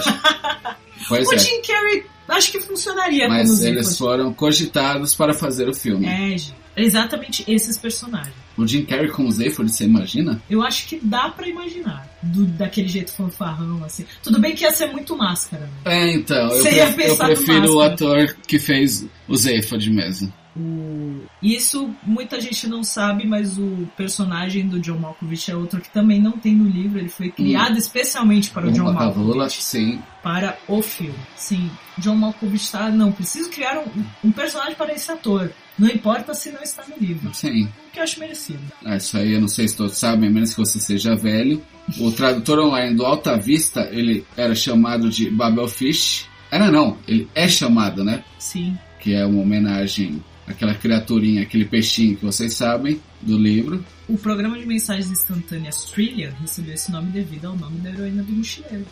Speaker 2: pois
Speaker 1: o
Speaker 2: é.
Speaker 1: Jim Carrey acho que funcionaria como
Speaker 2: Mas
Speaker 1: Zephyr.
Speaker 2: eles foram cogitados para fazer o filme.
Speaker 1: É, gente. exatamente esses personagens.
Speaker 2: O Jim Carrey como Zephyr, você imagina?
Speaker 1: Eu acho que dá pra imaginar. do- daquele jeito fanfarrão, assim. Tudo bem que ia ser muito máscara, né?
Speaker 2: É, então, eu,
Speaker 1: Você ia
Speaker 2: pref- eu
Speaker 1: pensar no
Speaker 2: prefiro o
Speaker 1: Máscara.
Speaker 2: ator que fez o Zephod mesmo.
Speaker 1: O- E isso muita gente não sabe, mas o personagem do John Malkovich é outro que também não tem no livro. Ele foi criado especialmente para o John
Speaker 2: Uma Cavola,
Speaker 1: Malkovich.
Speaker 2: sim.
Speaker 1: Para o filme. Sim, John Malkovich está. Não, preciso criar um, um personagem para esse ator. Não importa se não está no livro.
Speaker 2: Sim.
Speaker 1: O que eu acho merecido.
Speaker 2: Ah, isso aí eu não sei se todos sabem, a menos que você seja velho. O tradutor online do Alta Vista, ele era chamado de Babel Fish. Era não, ele é chamado, né?
Speaker 1: Sim.
Speaker 2: Que é uma homenagem àquela criaturinha, aquele peixinho que vocês sabem do livro.
Speaker 1: O programa de mensagens instantâneas Trillian recebeu esse nome devido ao nome da heroína do mochileiro.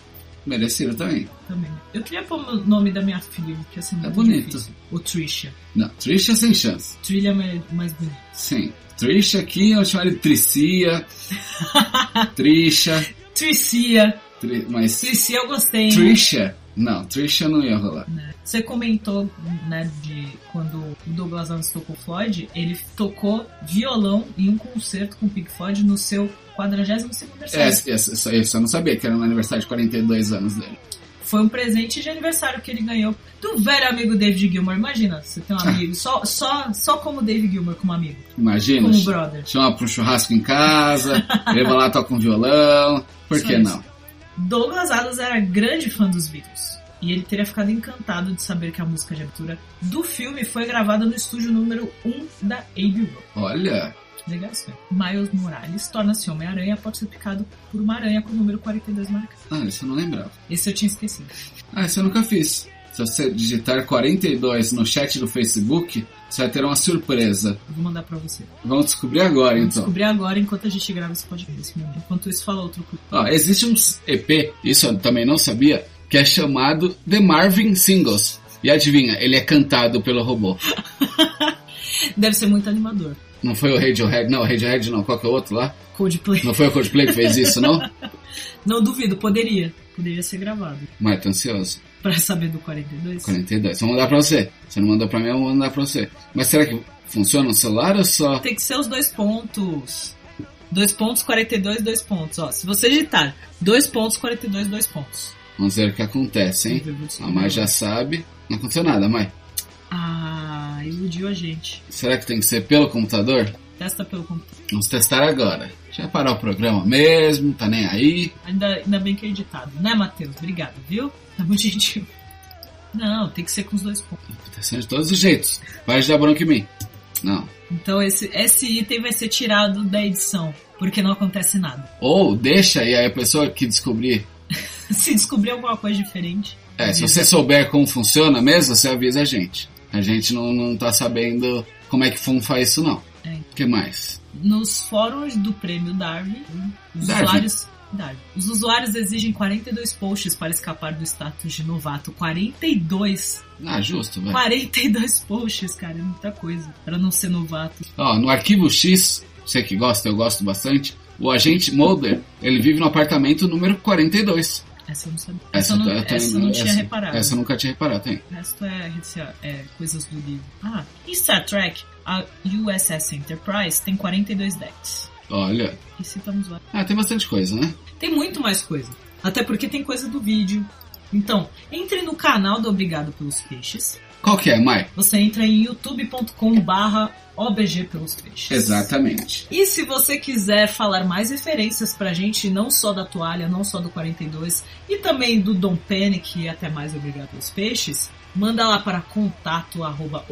Speaker 2: Merecido também.
Speaker 1: Também. Eu queria pôr o nome da minha filha, porque assim
Speaker 2: É bonito.
Speaker 1: Difícil. O Trisha.
Speaker 2: Não, Trisha sem chance.
Speaker 1: Trilha é mais bonito.
Speaker 2: Sim. Trisha aqui, eu chamo ele de
Speaker 1: [LAUGHS]
Speaker 2: Tricia. Trisha.
Speaker 1: Tricia.
Speaker 2: Tri- Mas
Speaker 1: Tricia eu gostei. hein?
Speaker 2: Trisha? Não, Trisha não ia rolar.
Speaker 1: Você comentou, né, de quando o Douglas Adams tocou Floyd, ele tocou violão em um concerto com o Pink Floyd no seu 42º
Speaker 2: É,
Speaker 1: aniversário.
Speaker 2: essa- essa- eu só não sabia que era no aniversário de 42 anos dele.
Speaker 1: Foi um presente de aniversário que ele ganhou do velho amigo David Gilmour. Imagina, você tem um amigo, só, só, só como David Gilmour como amigo,
Speaker 2: Imagina.
Speaker 1: como brother.
Speaker 2: Chama pra um churrasco em
Speaker 1: [LAUGHS]
Speaker 2: casa, leva lá, toca um violão. Por
Speaker 1: Só
Speaker 2: que
Speaker 1: isso.
Speaker 2: não?
Speaker 1: Douglas Adams era grande fã dos Beatles. E ele teria ficado encantado de saber que a música de abertura do filme foi gravada no estúdio número 1 da Abbey Road.
Speaker 2: Olha,
Speaker 1: Negação. Miles Morales torna-se Homem-Aranha após ser picado por uma aranha com o número 42 marcado.
Speaker 2: ah, isso eu não lembrava.
Speaker 1: Esse eu tinha esquecido.
Speaker 2: Ah, isso eu nunca fiz. Se você digitar 42 no chat do Facebook, você vai ter uma surpresa.
Speaker 1: Eu vou mandar pra você.
Speaker 2: Vamos descobrir agora,
Speaker 1: Vamos
Speaker 2: então.
Speaker 1: descobrir agora enquanto a gente grava esse podcast. esse momento. Enquanto isso, fala outro clube.
Speaker 2: Ó, existe um EP, isso eu também não sabia, que é chamado The Marvin Singles. E adivinha, ele é cantado pelo robô.
Speaker 1: [LAUGHS] Deve ser muito animador.
Speaker 2: Não foi o Radiohead, não, o Radiohead não, qual que é o outro lá?
Speaker 1: Coldplay.
Speaker 2: Não foi o Coldplay que fez isso, não?
Speaker 1: Não duvido, poderia. Poderia ser gravado.
Speaker 2: Mas tô ansioso.
Speaker 1: Pra saber do 42.
Speaker 2: 42. Vou mandar pra você. Você não mandou pra mim, eu vou mandar pra você. Mas será que funciona no celular ou só?
Speaker 1: Tem que ser os dois pontos. Dois pontos, 42, dois pontos. Ó, se você digitar dois pontos, 42, dois pontos.
Speaker 2: Vamos ver o que acontece, hein? A Mai já sabe. Não aconteceu nada, Mai.
Speaker 1: Ah, iludiu a gente.
Speaker 2: Será que tem que ser pelo computador?
Speaker 1: Testa pelo computador.
Speaker 2: Vamos testar agora. Já parar o programa mesmo, tá nem aí.
Speaker 1: Ainda, ainda bem que é editado, né, Matheus? Obrigado, viu? Tá muito gentil. Não, tem que ser com os dois pontos.
Speaker 2: Aconteceu de todos os jeitos. Vai dar bronca em mim. Não.
Speaker 1: Então esse, esse item vai ser tirado da edição, porque não acontece nada. [LAUGHS]
Speaker 2: Ou deixa e aí a pessoa que descobrir.
Speaker 1: Se descobrir alguma coisa diferente.
Speaker 2: É, se você souber como funciona mesmo, você avisa a gente. A gente não, não tá sabendo como é que Fun faz isso, não.
Speaker 1: É.
Speaker 2: O que mais?
Speaker 1: Nos fóruns do prêmio Darwin, os
Speaker 2: Darwin.
Speaker 1: usuários. Darwin. Os usuários exigem 42 posts para escapar do status de novato. 42!
Speaker 2: Ah, justo, velho.
Speaker 1: 42 posts, cara, é muita coisa. Para não ser novato.
Speaker 2: Ó, no arquivo X, você que gosta, eu gosto bastante, o agente Mulder, ele vive no apartamento número 42.
Speaker 1: Essa eu não sabia. Essa,
Speaker 2: Essa
Speaker 1: eu não,
Speaker 2: tá- tá-
Speaker 1: essa eu não tinha
Speaker 2: essa-
Speaker 1: reparado.
Speaker 2: Essa eu nunca tinha reparado, hein?
Speaker 1: O resto é, sei lá, é, coisas do livro. Ah, em Star Trek, a USS Enterprise tem 42 decks.
Speaker 2: Olha.
Speaker 1: E citamos vários.
Speaker 2: Ah, tem bastante coisa, né?
Speaker 1: Tem muito mais coisa. Até porque tem coisa do vídeo. Então, entre no canal do Obrigado pelos Peixes.
Speaker 2: Qual que é, Mai?
Speaker 1: Você entra em youtube.com barra OBG pelos Peixes.
Speaker 2: Exatamente.
Speaker 1: E se você quiser falar mais referências pra gente, não só da toalha, não só do 42, e também do Dom Panic e até mais é Obrigado aos Peixes, manda lá para contato arroba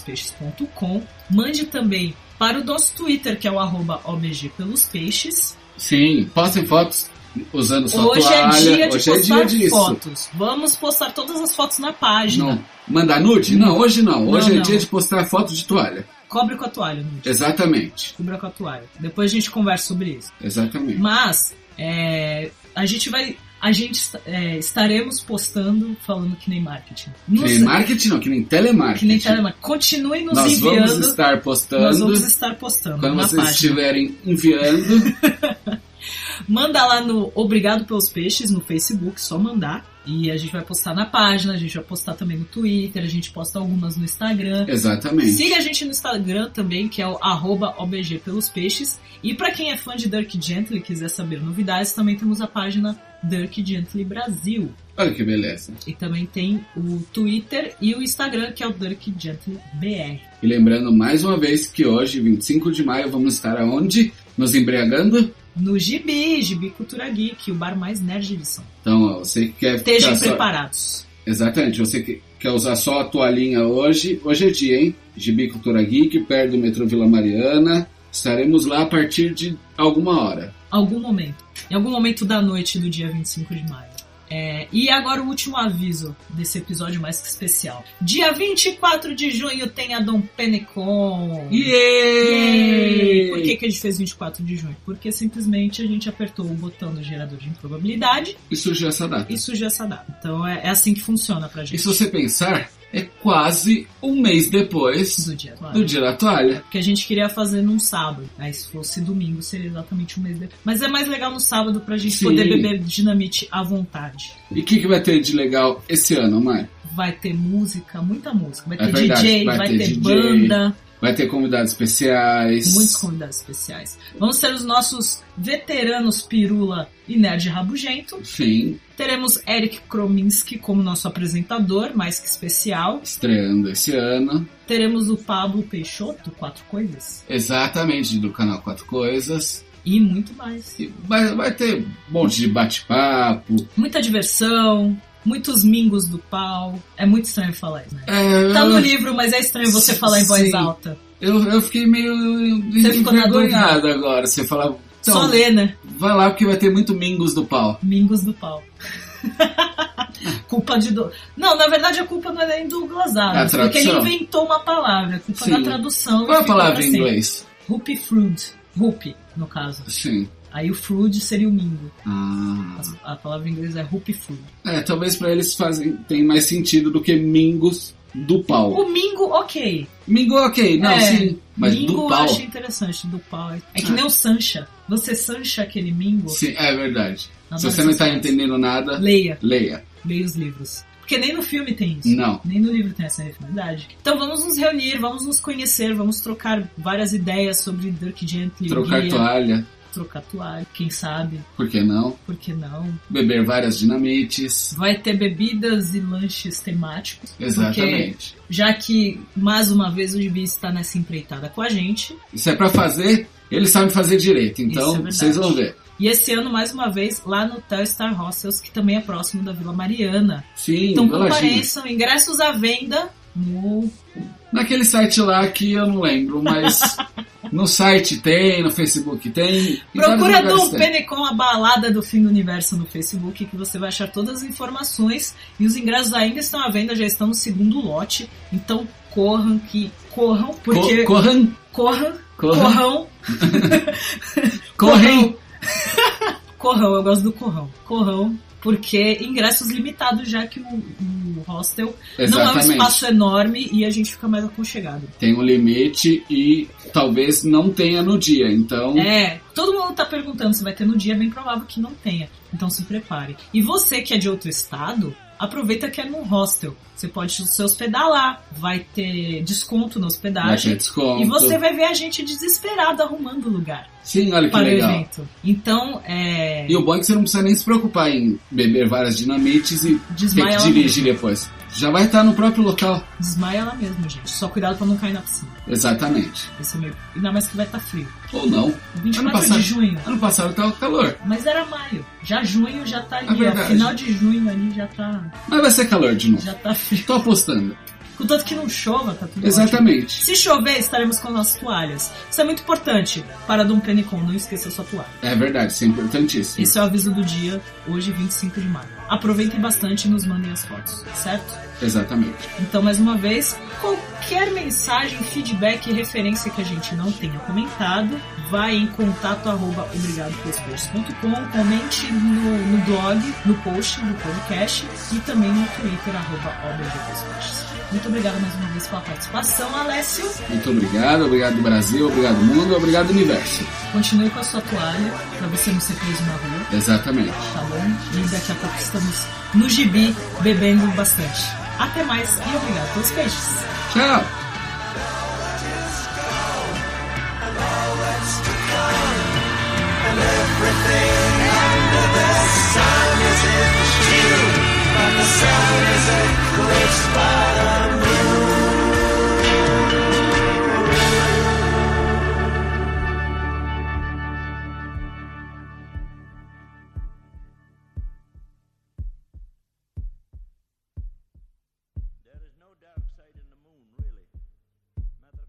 Speaker 1: obrigadopelospeixes.com. Mande também para o nosso Twitter, que é o arroba OBG pelos peixes.
Speaker 2: Sim, postem fotos usando sua
Speaker 1: Hoje é
Speaker 2: toalha.
Speaker 1: dia de
Speaker 2: hoje é
Speaker 1: postar
Speaker 2: dia disso.
Speaker 1: fotos. Vamos postar todas as fotos na página.
Speaker 2: Não. Mandar nude? Não, hoje não. Hoje
Speaker 1: Não,
Speaker 2: é
Speaker 1: não.
Speaker 2: dia de postar foto de toalha.
Speaker 1: Cobre com a toalha, Nude.
Speaker 2: Exatamente.
Speaker 1: Cubra com a toalha. Depois a gente conversa sobre isso.
Speaker 2: Exatamente.
Speaker 1: Mas é, a gente vai. A gente est- é, estaremos postando falando que nem marketing.
Speaker 2: Que
Speaker 1: Nos-
Speaker 2: nem marketing não, que nem telemarketing.
Speaker 1: que nem telemarketing. Continue nos
Speaker 2: Nós
Speaker 1: enviando.
Speaker 2: vamos estar postando.
Speaker 1: nós vamos estar postando
Speaker 2: Quando
Speaker 1: na
Speaker 2: vocês
Speaker 1: página.
Speaker 2: estiverem
Speaker 1: [LAUGHS]
Speaker 2: enviando,
Speaker 1: Manda lá no Obrigado pelos Peixes no Facebook, só mandar. E a gente vai postar na página, a gente vai postar também no Twitter, a gente posta algumas no Instagram.
Speaker 2: exatamente.
Speaker 1: Siga a gente no Instagram também, que é o arroba OBG pelos peixes. E pra quem é fã de Dirk Gently e quiser saber novidades, também temos a página Dirk Gently Brasil.
Speaker 2: Olha que beleza.
Speaker 1: E também tem o Twitter e o Instagram, que é o Dirk Gently BR.
Speaker 2: E lembrando mais uma vez que hoje, 25 de maio, vamos estar aonde? Nos embriagando?
Speaker 1: No Gibi, Gibi Cultura Geek, o bar mais nerd de São.
Speaker 2: Então, ó, você que quer ficar
Speaker 1: Estejam
Speaker 2: só...
Speaker 1: preparados.
Speaker 2: Exatamente, você que quer usar só a toalhinha hoje, hoje é dia, hein? Gibi Cultura Geek, perto do metrô Vila Mariana. Estaremos lá a partir de alguma hora.
Speaker 1: Algum momento. Em algum momento da noite do dia 25 de maio. É, e agora o último aviso desse episódio mais que especial. Dia 24 de junho tem a Dom Penecon. Yay! Por que, que a gente fez 24 de junho? Porque simplesmente a gente apertou o botão do gerador de improbabilidade
Speaker 2: E surgiu essa data.
Speaker 1: e surgiu essa data. Então é, é assim que funciona pra
Speaker 2: E
Speaker 1: gente.
Speaker 2: se você pensar, é quase um mês depois
Speaker 1: do dia.
Speaker 2: do dia da toalha.
Speaker 1: Porque a gente queria fazer num sábado. Aí se fosse domingo seria exatamente um mês depois. Mas é mais legal no sábado pra gente
Speaker 2: Sim.
Speaker 1: poder beber dinamite à vontade.
Speaker 2: E o que, que vai ter de legal esse ano, Mai?
Speaker 1: Vai ter música, muita música. Vai
Speaker 2: É
Speaker 1: ter
Speaker 2: verdade,
Speaker 1: DJ, vai,
Speaker 2: vai
Speaker 1: ter,
Speaker 2: ter DJ.
Speaker 1: banda,
Speaker 2: Vai ter convidados especiais.
Speaker 1: muitos convidados especiais. Vamos ter os nossos veteranos Pirula e Nerd Rabugento.
Speaker 2: Sim,
Speaker 1: Teremos Eric Krominski como nosso apresentador, mais que especial.
Speaker 2: estreando esse ano.
Speaker 1: Teremos o Pablo Peixoto, Quatro Coisas.
Speaker 2: Exatamente, do canal Quatro Coisas.
Speaker 1: E muito mais.
Speaker 2: E vai, vai ter um monte de bate-papo.
Speaker 1: Muita diversão, muitos mingos do pau. É muito estranho falar isso, né?
Speaker 2: É,
Speaker 1: Tá no
Speaker 2: eu,
Speaker 1: livro, mas é estranho você falar em voz
Speaker 2: Sim.
Speaker 1: alta.
Speaker 2: eu, eu fiquei meio
Speaker 1: ficou na
Speaker 2: envergonhado agora. Você falar. Então,
Speaker 1: Só lê, né?
Speaker 2: vai lá porque vai ter muito mingos do pau.
Speaker 1: Mingos do pau. [LAUGHS] culpa de. Do... Não, na verdade a culpa não é nem do Glazado.
Speaker 2: Da
Speaker 1: Porque ele
Speaker 2: tradução.
Speaker 1: inventou uma palavra. A culpa
Speaker 2: Sim.
Speaker 1: da tradução.
Speaker 2: Qual é a
Speaker 1: ficou
Speaker 2: palavra
Speaker 1: pra
Speaker 2: em
Speaker 1: sempre.
Speaker 2: inglês?
Speaker 1: Rupi Fruit. Rupi, no caso.
Speaker 2: Sim.
Speaker 1: Aí o Fruit seria o mingo.
Speaker 2: Ah.
Speaker 1: As- A palavra em inglês é Rupi Fruit.
Speaker 2: É, talvez pra eles fazem, tem mais sentido do que mingos do pau.
Speaker 1: O mingo, ok.
Speaker 2: Mingo, ok, não,
Speaker 1: É,
Speaker 2: sim. Mas
Speaker 1: mingo
Speaker 2: do
Speaker 1: eu
Speaker 2: pau.
Speaker 1: acho interessante, do pau. é- É que
Speaker 2: Ah.
Speaker 1: nem o Sancha. Você Sancha aquele mingo?
Speaker 2: Sim, é verdade.
Speaker 1: Adoro
Speaker 2: Se você não
Speaker 1: essas
Speaker 2: está
Speaker 1: coisas.
Speaker 2: entendendo nada,
Speaker 1: Leia,
Speaker 2: leia.
Speaker 1: leia os livros. Porque nem no filme tem isso.
Speaker 2: Não.
Speaker 1: Nem no livro tem essa realidade. Então vamos nos reunir, vamos nos conhecer, vamos trocar várias ideias sobre Dirk Gently,
Speaker 2: Trocar
Speaker 1: Guia,
Speaker 2: toalha,
Speaker 1: trocar toalha, quem sabe,
Speaker 2: por que não?
Speaker 1: por que não?
Speaker 2: Beber várias dinamites.
Speaker 1: Vai ter bebidas e lanches temáticos,
Speaker 2: Exatamente.
Speaker 1: já que mais uma vez o Gibi está nessa empreitada com a gente.
Speaker 2: Isso é pra fazer, eles sabem fazer direito.
Speaker 1: Isso é
Speaker 2: Então,
Speaker 1: verdade.
Speaker 2: vocês vão ver.
Speaker 1: E esse ano, mais uma vez, lá no Telstar Hostels, que também é próximo da Vila Mariana.
Speaker 2: Sim,
Speaker 1: Então
Speaker 2: vou lá, gente.
Speaker 1: compareçam, ingressos à venda no
Speaker 2: Naquele site lá que eu não
Speaker 1: [LAUGHS]
Speaker 2: lembro, mas no site tem, no Facebook tem. em
Speaker 1: Procura
Speaker 2: vários lugares
Speaker 1: Dom
Speaker 2: tem.
Speaker 1: Penecon, a balada do fim do universo no Facebook, que você vai achar todas as informações. E os ingressos ainda estão à venda, já estão no segundo lote. Então corram que corram, porque
Speaker 2: Co- Corran,
Speaker 1: corram,
Speaker 2: corran, [LAUGHS]
Speaker 1: corrão, [LAUGHS]
Speaker 2: correm.
Speaker 1: corrão, eu gosto do corrão, corrão, porque ingressos limitados, já que o, o hostel não é um
Speaker 2: Exatamente.
Speaker 1: espaço enorme e a gente fica mais aconchegado.
Speaker 2: Tem um limite e talvez não tenha no dia. Então,
Speaker 1: É, todo mundo tá perguntando se vai ter no dia, é bem provável que não tenha. Então se prepare. E você que é de outro estado, aproveita que é num hostel. Você pode se hospedar lá, vai ter desconto na
Speaker 2: vai ter
Speaker 1: hospedagem.
Speaker 2: desconto.
Speaker 1: E você vai ver a gente desesperado arrumando lugar
Speaker 2: Sim, olha que
Speaker 1: para o
Speaker 2: legal.
Speaker 1: evento. Então, é.
Speaker 2: E o bom é que você não precisa nem se preocupar em beber várias dinamites e ter
Speaker 1: Desmaia
Speaker 2: que
Speaker 1: lá
Speaker 2: dirigir depois.
Speaker 1: mesmo.
Speaker 2: Já vai estar no próprio local.
Speaker 1: Desmaia lá mesmo, gente. Só cuidado pra não cair na piscina.
Speaker 2: Exatamente.
Speaker 1: Esse é meu. Ainda mais que vai estar frio.
Speaker 2: Ou não.
Speaker 1: 24
Speaker 2: Ano passado,
Speaker 1: de junho.
Speaker 2: ano passado tava calor.
Speaker 1: Mas era maio. Já junho já tá ali.
Speaker 2: É verdade.
Speaker 1: final de junho ali já tá,
Speaker 2: Mas vai ser calor de novo.
Speaker 1: já tá frio.
Speaker 2: Tô apostando.
Speaker 1: Contanto que não chova, tá tudo ótimo.
Speaker 2: Exatamente.
Speaker 1: Se chover, estaremos com nossas toalhas. Isso é muito importante para Dom Penicon, não esqueça sua toalha.
Speaker 2: É verdade, isso é importantíssimo.
Speaker 1: Esse é o aviso do dia, hoje 25 de maio. Aproveitem bastante e nos mandem as fotos, certo?
Speaker 2: Exatamente.
Speaker 1: Então, mais uma vez, qualquer mensagem, feedback e referência que a gente não tenha comentado, vai em contato arroba obrigadopelospeixe.com, comente no, no blog, no post do podcast e também no Twitter, arroba obgpeixe. Muito obrigado mais uma vez pela participação, Alessio.
Speaker 2: Muito obrigado, obrigado Brasil, obrigado mundo, obrigado universo.
Speaker 1: Continue com a sua toalha, pra você não ser preso na rua,
Speaker 2: Exatamente.
Speaker 1: tá bom? E daqui a pouco estamos no gibi, bebendo bastante. Até mais e obrigado pelos peixes.
Speaker 2: Tchau.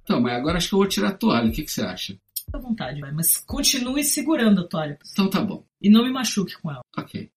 Speaker 2: Então, mas agora acho que eu vou tirar a toalha. O que, que você acha?
Speaker 1: Fica à vontade, vai, mas continue segurando a toalha
Speaker 2: Então tá bom.
Speaker 1: e não me machuque com ela.
Speaker 2: Ok.